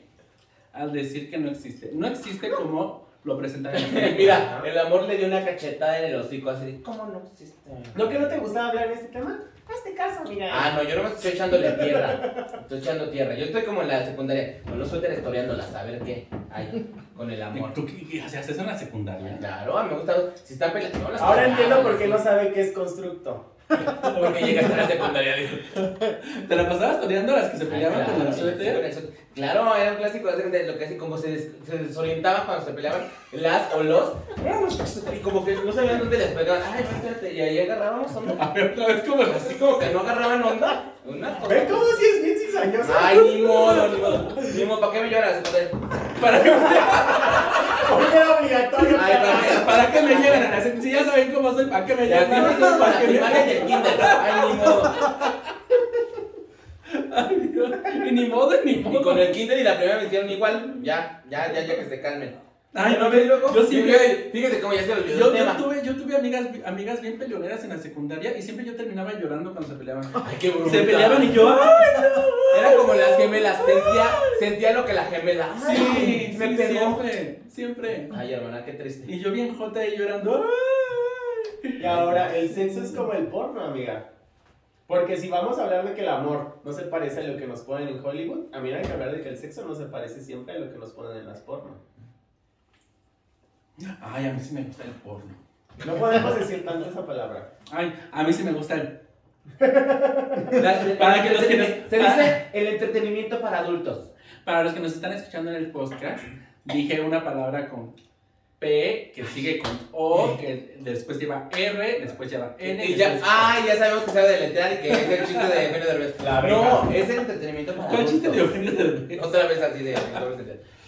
S1: al decir que no existe. No existe como lo presentan en el
S3: Mira, el amor le dio una cachetada en el hocico así. de, ¿Cómo no existe?
S2: ¿No que no te gustaba hablar de este tema? Hazte caso, mira.
S3: Ah, no, yo no me estoy echándole tierra. Estoy echando tierra. Yo estoy como en la secundaria. Con los suéteres toreándolas, a ver qué hay con el amor.
S1: ¿Tú qué qué haces en la secundaria?
S3: Claro, me gusta. Si están peleando. no las
S2: Ahora
S3: peleas,
S2: entiendo por qué no sabe qué es constructo.
S3: Porque llegaste a la secundaria. digo. Ah,
S1: ¿Te la pasabas toreando a las que se peleaban
S3: Claro,
S1: con el
S3: sí, con
S1: suéter?
S3: el suéter. Claro, era un clásico de lo que así como se, des- se desorientaban cuando se peleaban las o los. Y como que no sabían dónde les pegaban. Ay, espérate, y ahí agarrábamos onda.
S1: A ver, otra vez, ¿cómo las
S3: Así como que no agarraban onda. Una cosa.
S2: ¿Ven cómo si es bien cizañosa?
S3: Ay, ni modo, ni modo. Ni modo, ¿para qué me lloras? Pues,
S1: ¿Para qué,
S2: Porque era obligatorio.
S3: Ay, para qué.
S1: ¿Para qué me llegan a hacer? Si ya saben cómo soy, ¿para qué me
S3: Ya
S1: llegan?
S3: vimos como
S1: ¿Para
S3: las
S1: qué me
S3: imágenes del kinder. Ay, ni modo.
S1: Ay, Dios. Y ni modo, ni
S3: Y con
S1: modo.
S3: el kinder y la primera me hicieron igual. Ya, ya, ya, ya que se calmen.
S1: Ay, no,
S3: ¿Ves
S1: ve, yo siempre...
S3: Fíjate- Fíjate cómo ya se olvidó
S1: Yo,
S3: el
S1: yo
S3: tema.
S1: tuve, yo tuve amigas, amigas bien peleoneras en la secundaria y siempre yo terminaba llorando cuando se peleaban.
S3: Ay, qué bruta.
S1: Se peleaban y yo, ¡ay,
S3: Era como las gemelas. Sentía, sentía lo que la gemela.
S1: no!
S3: Ay, me pegó.
S1: Siempre, siempre.
S3: Ay, hermana, qué triste.
S1: Y yo bien jota y llorando, ¡ay!
S2: Y ahora, el sexo es como el porno, amiga. Porque si vamos a hablar de que el amor no se parece a lo que nos ponen en Hollywood, a mí hay que hablar de que el sexo no se parece siempre a lo que nos ponen en las porno.
S1: Ay, a mí sí me gusta el porno.
S2: No podemos decir tanto esa palabra.
S1: Ay, a mí sí me gusta el...
S3: Para
S1: que los que nos-
S3: Se dice el entretenimiento para adultos.
S1: Para los que nos están escuchando en el podcast, dije una palabra con P, que sigue con O, que después lleva R, después lleva N.
S3: Y ya,
S1: después-
S3: ay, ya sabemos que sabe deletrear y que es el chiste de Eugenio Derbez.
S2: La
S3: No, es el entretenimiento para
S1: ¿Cuál chiste de
S3: adultos.
S1: Eugenio Derbez?
S3: Otra vez así de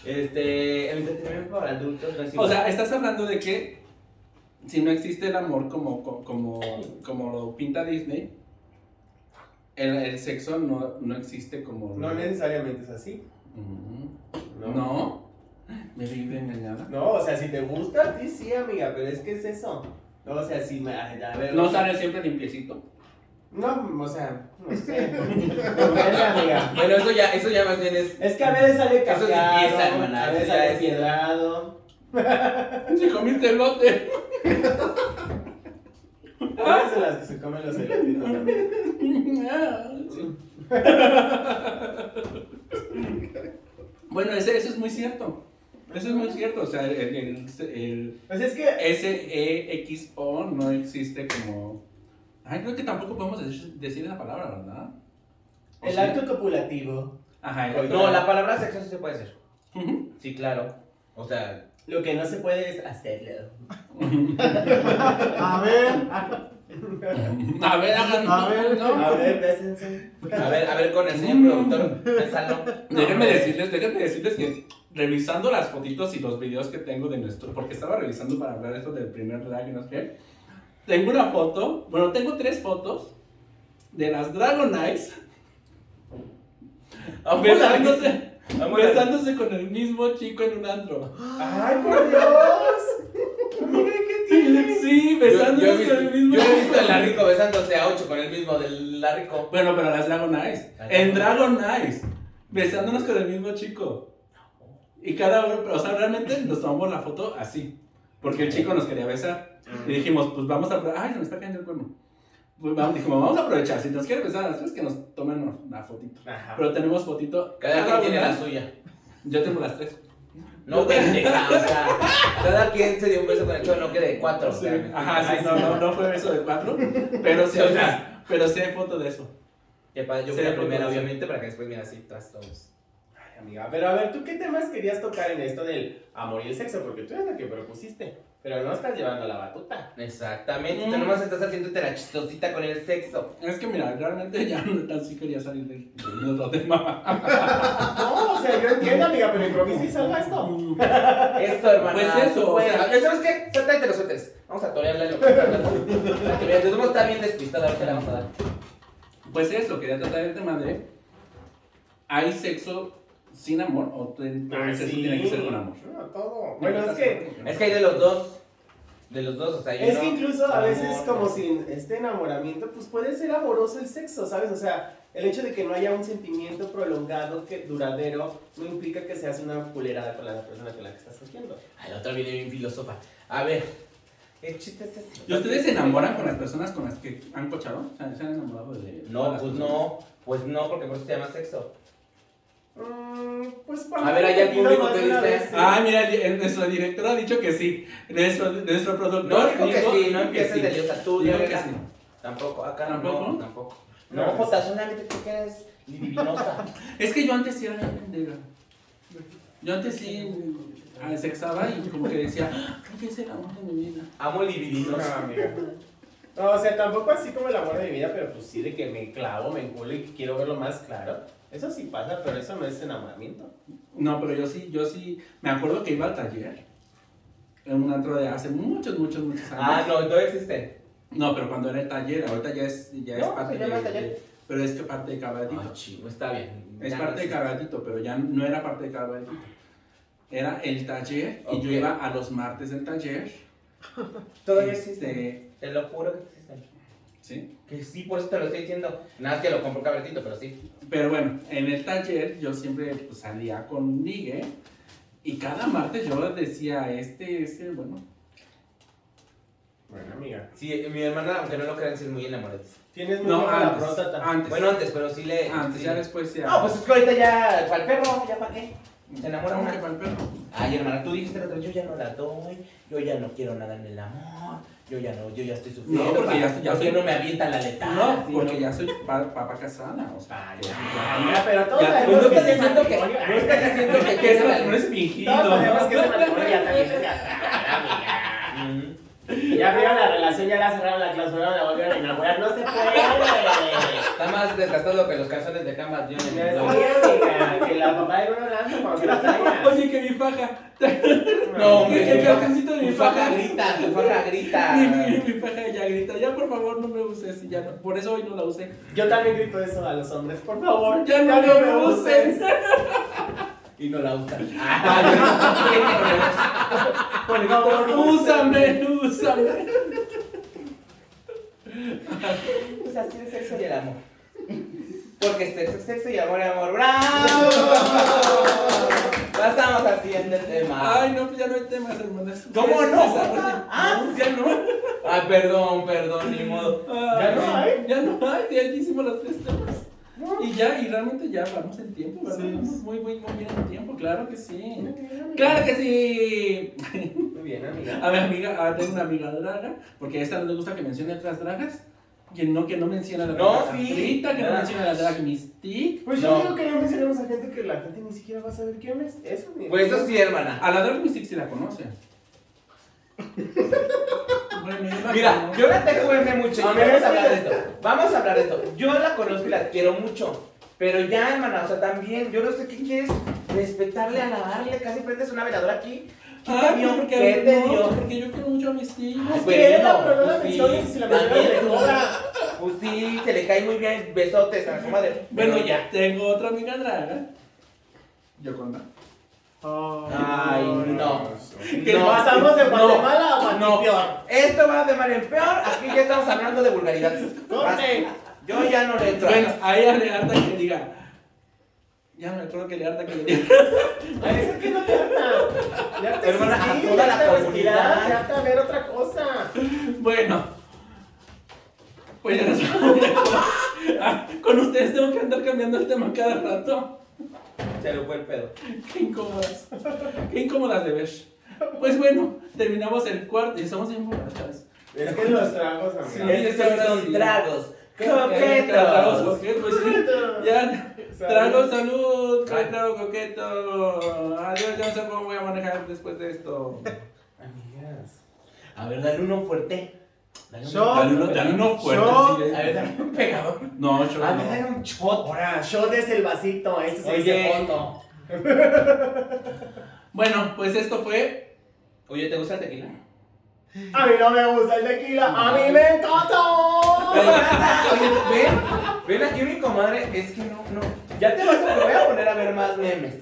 S3: Este, el entretenimiento para adultos no es
S1: O
S3: igual.
S1: sea, estás hablando de que si no existe el amor como, co- como, como lo pinta Disney, el, el sexo no, no existe como...
S2: No necesariamente es así.
S1: Mm,
S2: No.
S1: No. Me vive engañada.
S2: No, o sea, si te gusta a ti, sí, amiga, pero es que es eso. No, o sea, si me... A ver,
S1: No sale siempre limpiecito.
S2: No, o sea, no sé. Depende, amiga.
S3: Bueno, eso ya, eso ya más bien es.
S2: Es que a veces sale
S3: Eso es limpieza,
S2: cascado,
S3: hermana,
S2: a veces
S3: eso ya
S2: sale
S3: es-
S2: piedrado.
S1: Se comió este un telote.
S2: Todas de las que se comen los elotitos también.
S1: Bueno, ese- eso es muy cierto. Eso es muy cierto. O sea, el, el, el
S2: O sea, Pues es que
S1: S-E-X-O E no existe como. Ay, creo que tampoco podemos decir, decir esa palabra, ¿verdad? ¿O
S2: el
S1: sí?
S2: acto copulativo,
S1: Ajá, el acto-
S3: No, la palabra sexo sí se puede decir.
S1: Ujú.
S3: Sí, claro. O sea,
S2: lo que no se puede es hacerlo.
S5: A ver,
S1: A ver, hagan.
S5: A ver.
S1: no.
S2: A ver, bésense.
S3: a ver, a ver con el
S1: Mm.
S3: señor productor, pensalo.
S1: Déjenme decirles, déjenme decirles que revisando las fotitos y los videos que tengo de nuestro, porque estaba revisando para hablar esto del primer drag y no sé qué, tengo una foto, bueno, tengo tres fotos de las Dragonites besándose,
S3: Vamos a
S1: besándose con el mismo chico en un antro.
S2: ¡Ay, por Dios! Mira qué tiene.
S1: Sí,
S3: Yo, yo, he
S1: besándose
S3: visto,
S1: con el mismo
S3: yo he visto
S1: chico.
S3: a Larrico besándose a 8 con el mismo del Larrico.
S1: Bueno, pero las Dragonites, en Dragonites, besándonos con el mismo chico. Y cada uno, pero, o sea, realmente nos tomamos la foto así, porque el chico nos quería besar. Y dijimos, pues vamos a. apro- Ay, se me está cayendo el cuerno. Pues vamos, dijimos, vamos a aprovechar. Si nos quiere besar, las tres que nos tomen una- una fotito.
S2: Ajá.
S1: Pero tenemos fotito.
S3: Cada quien tiene
S1: una.
S3: la suya.
S1: Yo tengo las tres.
S3: No pendeja, o sea, cada quien se dio un beso con el chono que de 4.
S1: Sí, Ajá, sí, no, no, no fue beso de cuatro. Pero sí,
S3: O sea.
S1: pero sí hay foto de eso.
S3: Que pa-
S1: Sí,
S3: Yo fui la
S1: por
S3: primera,
S1: favor.
S3: obviamente, para que después mira así tras todos.
S2: Ay, amiga, pero a ver, ¿tú qué temas querías tocar en esto del amor y el sexo? Porque tú eres la que propusiste, pero no estás llevando la batuta.
S3: Exactamente,
S1: Mm.
S3: tú nomás estás haciéndote la chistosita con el sexo.
S1: Es que mira, realmente ya no tan sí quería salir del del otro tema.
S2: No, o sea, yo entiendo, amiga, pero improvisé y salga esto.
S3: Esto, hermano.
S1: Pues eso, o sea-
S3: ¿Sabes qué? Sátate los suéteres. Vamos a torearle lo que está hablando. Para que veas, Nos vamos a estar bien despistados. Ahorita le vamos a dar.
S1: Pues eso, quería tratar el tema de. ¿Hay sexo sin amor o ten- todo el sexo tiene que ser con amor?
S2: No, todo. Ah, Bueno, es que,
S3: Es que hay de los dos. De los dos, o sea, yo
S2: es
S3: no-
S2: que incluso a veces
S3: amor,
S2: como
S3: no.
S2: sin este enamoramiento, pues puede ser amoroso el sexo, ¿sabes? O sea, el hecho de que no haya un sentimiento prolongado, que duradero, no implica que seas una culerada con la persona con la que estás cogiendo.
S3: Ay, la otra viene bien filósofa. A ver. El chiste es este.
S1: ¿Y ustedes se enamoran con las personas con las que han cochado? O sea, ¿Se han enamorado de.?
S3: No, pues no. Pues no, porque por eso se llama sexo.
S2: Mm, pues
S3: A ver, allá el público que dice,
S1: Ah, mira, el- el- nuestro director ha dicho que sí. Nuestro, nuestro productor
S3: No, dijo que sí, no empieces
S1: sí.
S3: de liosa tú,
S1: Dijo
S3: ya
S1: que
S3: verás.
S1: sí.
S3: Tampoco, acá
S1: ¿Tampoco?
S3: no, tampoco.
S2: No,
S3: No,
S2: pues-
S3: Jota, solamente tú que eres divinosa.
S1: Es que yo antes sí era una pendeja. Yo antes sí ah, sexaba y como que decía, "Ah, creo que es el amor de mi vida.
S3: Amo libidinosa.
S2: amiga. No, o sea, tampoco así como el amor de mi vida, pero pues sí de que me clavo, me enculo y quiero verlo más claro. Eso sí pasa, pero eso no es enamoramiento.
S1: No, pero yo sí, yo sí. Me acuerdo que iba al taller. En un antro de hace muchos, muchos, muchos años.
S3: Ah, no, no existe.
S1: No, pero cuando era el taller, ahorita ya es, ya es
S3: No,
S1: parte
S3: se llama
S1: de-
S3: taller.
S1: de- Pero es que parte de caballito.
S3: Ah, chivo, está bien.
S1: Es
S3: Ya
S1: parte
S3: no
S1: de
S3: existe.
S1: Caballito, pero ya no era parte de Caballito. Era el taller y yo
S3: Ok.
S1: iba a los martes del taller.
S3: Todavía existe.
S1: Este,
S3: Te lo juro que existen.
S1: sí.
S3: Que sí, por eso te lo estoy diciendo. Nada más que lo compro cabretito, pero sí.
S1: Pero bueno, en el taller yo siempre pues, salía con Nigue y cada martes yo decía, este, este, bueno.
S2: Bueno, amiga.
S3: Sí, eh, mi hermana, aunque no lo crean, sí es muy enamoradiza.
S2: Tienes muy
S1: No,
S2: buena la
S1: antes.
S2: próstata.
S1: Antes,
S3: Bueno, antes, pero sí le.
S1: antes
S3: sí.
S1: ya después ya.
S3: No, pues es que ahorita ya, para el perro, ya para qué. Se enamora
S1: ¿Cómo
S3: una.
S1: que para el perro?
S3: Ay, hermana, tú dijiste la otra vez, yo ya no la doy, yo ya no quiero nada en el amor, yo ya no, yo ya estoy sufriendo.
S1: No, porque ya- ya
S3: ¿por qué
S1: soy-
S3: no me avientan la letal.
S1: No, porque ya soy pa- papá casada, o sea.
S2: Ay, amiga, pero todos
S1: Ya,
S3: Pues
S2: sabemos
S3: no
S2: que
S3: estás
S2: ese
S3: diciendo que,
S2: matrimonio-
S3: no estás diciendo que
S1: Que eso
S3: quieres-
S1: no es fingido.
S2: Todos sabemos que
S1: ¿no?
S2: ese matrimonio ya también es de acabar,
S3: Mm.
S2: amiga. Ya abrieron la relación, ya la cerraron, la clausuraron, la volvieron a inaugurar. No se puede.
S3: Está más desgastado que los calzones de Canvas, yo
S2: No
S3: no,
S2: es amiga, que la papá era una lanza cuando se la traía.
S1: Oye, que mi faja.
S3: No, hombre,
S1: que el
S3: mi faja-
S1: calzoncito de mi
S3: Tu
S1: faja.
S3: faja grita, tu faja grita.
S1: Mi, mi- mi paja ya grita, ya por favor no me uses, y ya no- por eso hoy no la usé.
S2: Yo también grito eso a los hombres, por favor.
S1: Ya no,
S2: no
S1: me uses.
S3: Y no la usan. Ah,
S2: Por favor,
S1: Úsame, úsame.
S3: no. así el sexo y el amor. Porque sexo es sexo y amor es amor. ¡Bravo! Ya estamos haciendo el tema.
S1: Ay, no, pues ya no hay temas, hermanas.
S3: ¿Cómo
S1: Ustedes
S3: no?
S1: desarrollen.
S3: Ah, pues ya no. Ah, perdón, perdón, ni modo.
S1: Ay,
S2: no hay?
S1: Ya no hay, ya hicimos los tres temas. Y ya, y realmente ya hablamos en tiempo, ¿verdad?
S5: Sí.
S1: Vamos Muy, muy, muy bien en tiempo, claro que sí. ¡Claro que sí!
S2: Muy bien, amiga.
S1: A mi amiga, ah, tengo una amiga draga, porque a esta no le gusta que mencione otras dragas. Que no, que no menciona la
S3: No,
S1: draga
S3: sí.
S1: Castrita, que no
S3: Ah.
S1: menciona la drag mystic.
S2: Pues
S3: No.
S2: yo digo que no mencionemos a gente que la gente ni siquiera va a saber quién es. Eso ni-
S3: Pues eso sí, hermana.
S1: A la drag mystic sí la conoce. Bueno, yo la
S3: Mira,
S1: conozco.
S3: yo la tengo en mucho. y
S2: A ver,
S3: vamos
S2: espera.
S3: a hablar de esto. Vamos a hablar de esto. Yo la conozco y la quiero mucho. Pero ya, hermana, o sea, también, yo no sé qué quieres respetarle, alabarle. Casi prendes una veladora aquí. ¿Qué
S1: Ah,
S3: te
S1: no,
S3: dio?
S1: porque,
S3: ¿Qué te
S1: no, Ah,
S3: dio?
S1: porque yo quiero mucho a mystic.
S2: Es
S3: Bueno,
S2: que era, pero no la
S3: pues sí,
S2: menciones y si la mencionas
S3: también.
S2: te jodas.
S3: Pues sí, se le cae muy bien. Besotes a su madre.
S1: Bueno,
S3: Pero ya.
S1: ya tengo otra amiga draga. Yo con
S3: Ay, no.
S1: Que
S3: No,
S4: Pasamos de
S3: no,
S4: Guatemala a
S3: no.
S4: Guatemala.
S3: Esto va de mal en peor. Aquí ya estamos hablando de vulgaridades.
S4: Corte.
S3: Yo ya no le entro. a
S1: Bueno,
S3: esto.
S1: ahí a Learta que diga. Ya me acuerdo que Learta que le diga.
S2: Ay, es que no te harta. Ya te
S3: Hermana,
S2: existí,
S3: a
S2: ya
S3: toda la
S2: te respirar,
S3: comunidad.
S2: ya te ver otra cosa.
S1: Bueno. Pues ya nos vamos. Ah, Con ustedes tengo que andar cambiando el tema cada rato.
S3: Se lo fue el pedo.
S1: Qué incómodas. Qué incómodas de ver. Pues bueno, terminamos el cuarto y estamos bien borrachas.
S2: Es que los tragos, amiga.
S1: Sí.
S3: Es que
S1: ahora
S3: son
S1: sí.
S3: tragos.
S1: Tragos
S3: Coquetos.
S1: coquetos, pues sí. Ya. Trago salud, trago coqueto. Adiós, ya no sé cómo voy a manejar después de esto.
S2: Amigas.
S3: A ver, dale uno fuerte. Dale uno-
S4: Shot.
S3: dale uno-
S1: Dale uno fuerte.
S4: Yo-
S1: sí, ya-
S3: A ver, dale un pegador.
S1: No, yo
S3: A
S1: Ah, no.
S3: ver, Ah, dale un shot.
S2: Ahora,
S4: Shot es el vasito,
S2: este
S4: ese se
S3: Oye.
S4: dice fondo.
S1: Bueno, pues esto fue.
S3: Oye, ¿te gusta el tequila?
S4: A mí no me gusta el tequila,
S2: Mm.
S4: a mí me encanta.
S3: Oye, ven. Ven aquí mi comadre. Es que no, no. Ya te vas a, le voy a poner a ver más memes.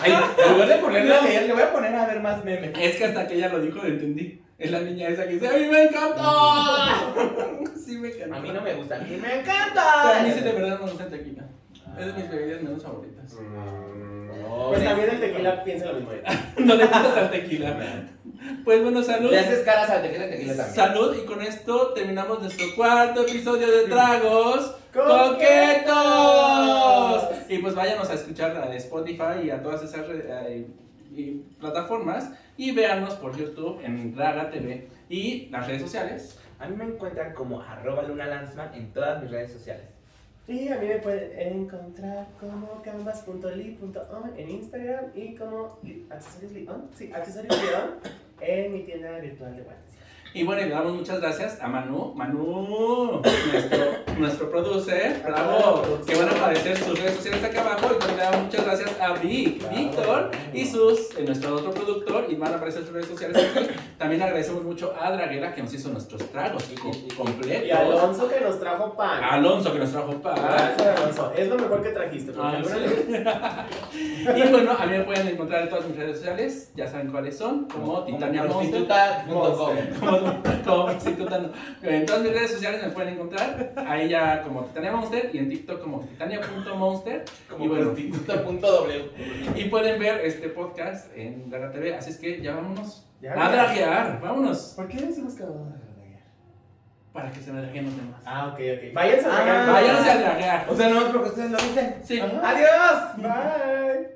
S3: Ay, en lugar de ponerle a leer, le voy a poner a ver más memes.
S1: Es que hasta que ella lo dijo, lo entendí. Es la niña esa que dice: ¡A mí me encantó! sí, me encantó.
S3: A mí no me gusta, a mí me
S1: Pero
S3: encanta.
S1: a mí sí de verdad me gusta el tequila. Es de
S3: Ah.
S1: mis bebidas menos favoritas.
S2: Pues también el tequila piensa lo mismo.
S1: No le gustas al tequila. Pues bueno, salud.
S3: Le haces caras al tequila, el tequila también.
S1: Salud, y con esto terminamos nuestro cuarto episodio de Tragos
S2: Coquetos.
S1: Coquetos. Y pues váyanos a escuchar a Spotify y a todas esas re- eh, y plataformas. Y véanos por YouTube en Draga TV y las redes sociales.
S3: A mí me encuentran como arroba Luna Lanzman en todas mis redes sociales.
S2: Y a mí me pueden encontrar como canvas.ly.on en Instagram y como li- accesorios Lee-on, sí, accesorios Lee-on en mi tienda virtual de guantes.
S1: Y bueno, y le damos muchas gracias a Manu, Manu, nuestro, nuestro producer, bravo, que van a aparecer sus redes sociales acá abajo. Y también le damos muchas gracias a Vic,
S2: Bravo.
S1: Víctor y sus, eh, nuestro otro productor, y van a aparecer sus redes sociales aquí. También agradecemos mucho a Draguera que nos hizo nuestros tragos co-
S2: Y
S1: completos.
S2: Alonso que nos trajo pan.
S1: Alonso que nos trajo para.
S2: Gracias, Alonso. Es lo mejor que trajiste. porque
S1: Ah,
S2: alguna
S1: sí.
S2: vez-
S1: y bueno, a mí me pueden encontrar en todas mis redes sociales, ya saben cuáles son, como Titania Monster.
S3: prostituta.com.
S1: como, como prostituta, no. En todas mis redes sociales me pueden encontrar. Ahí ya como Titania Monster y en TikTok como titania.monster.
S3: Como
S1: Y bueno.
S3: prostituta.w.
S1: Y pueden ver este podcast en Draga TV. Así es que ya vámonos
S2: Ya,
S1: a
S2: ya.
S1: draguear. Vámonos.
S2: ¿Por qué decimos que vamos a draguear?
S1: Para que se me draguen los demás.
S2: Ah, ok, ok. Váyanse a
S3: Ah,
S2: draguear.
S1: Váyanse a draguear.
S3: O sea, no es porque ustedes lo dicen.
S1: Sí.
S2: Ajá.
S3: ¡Adiós!
S2: Bye.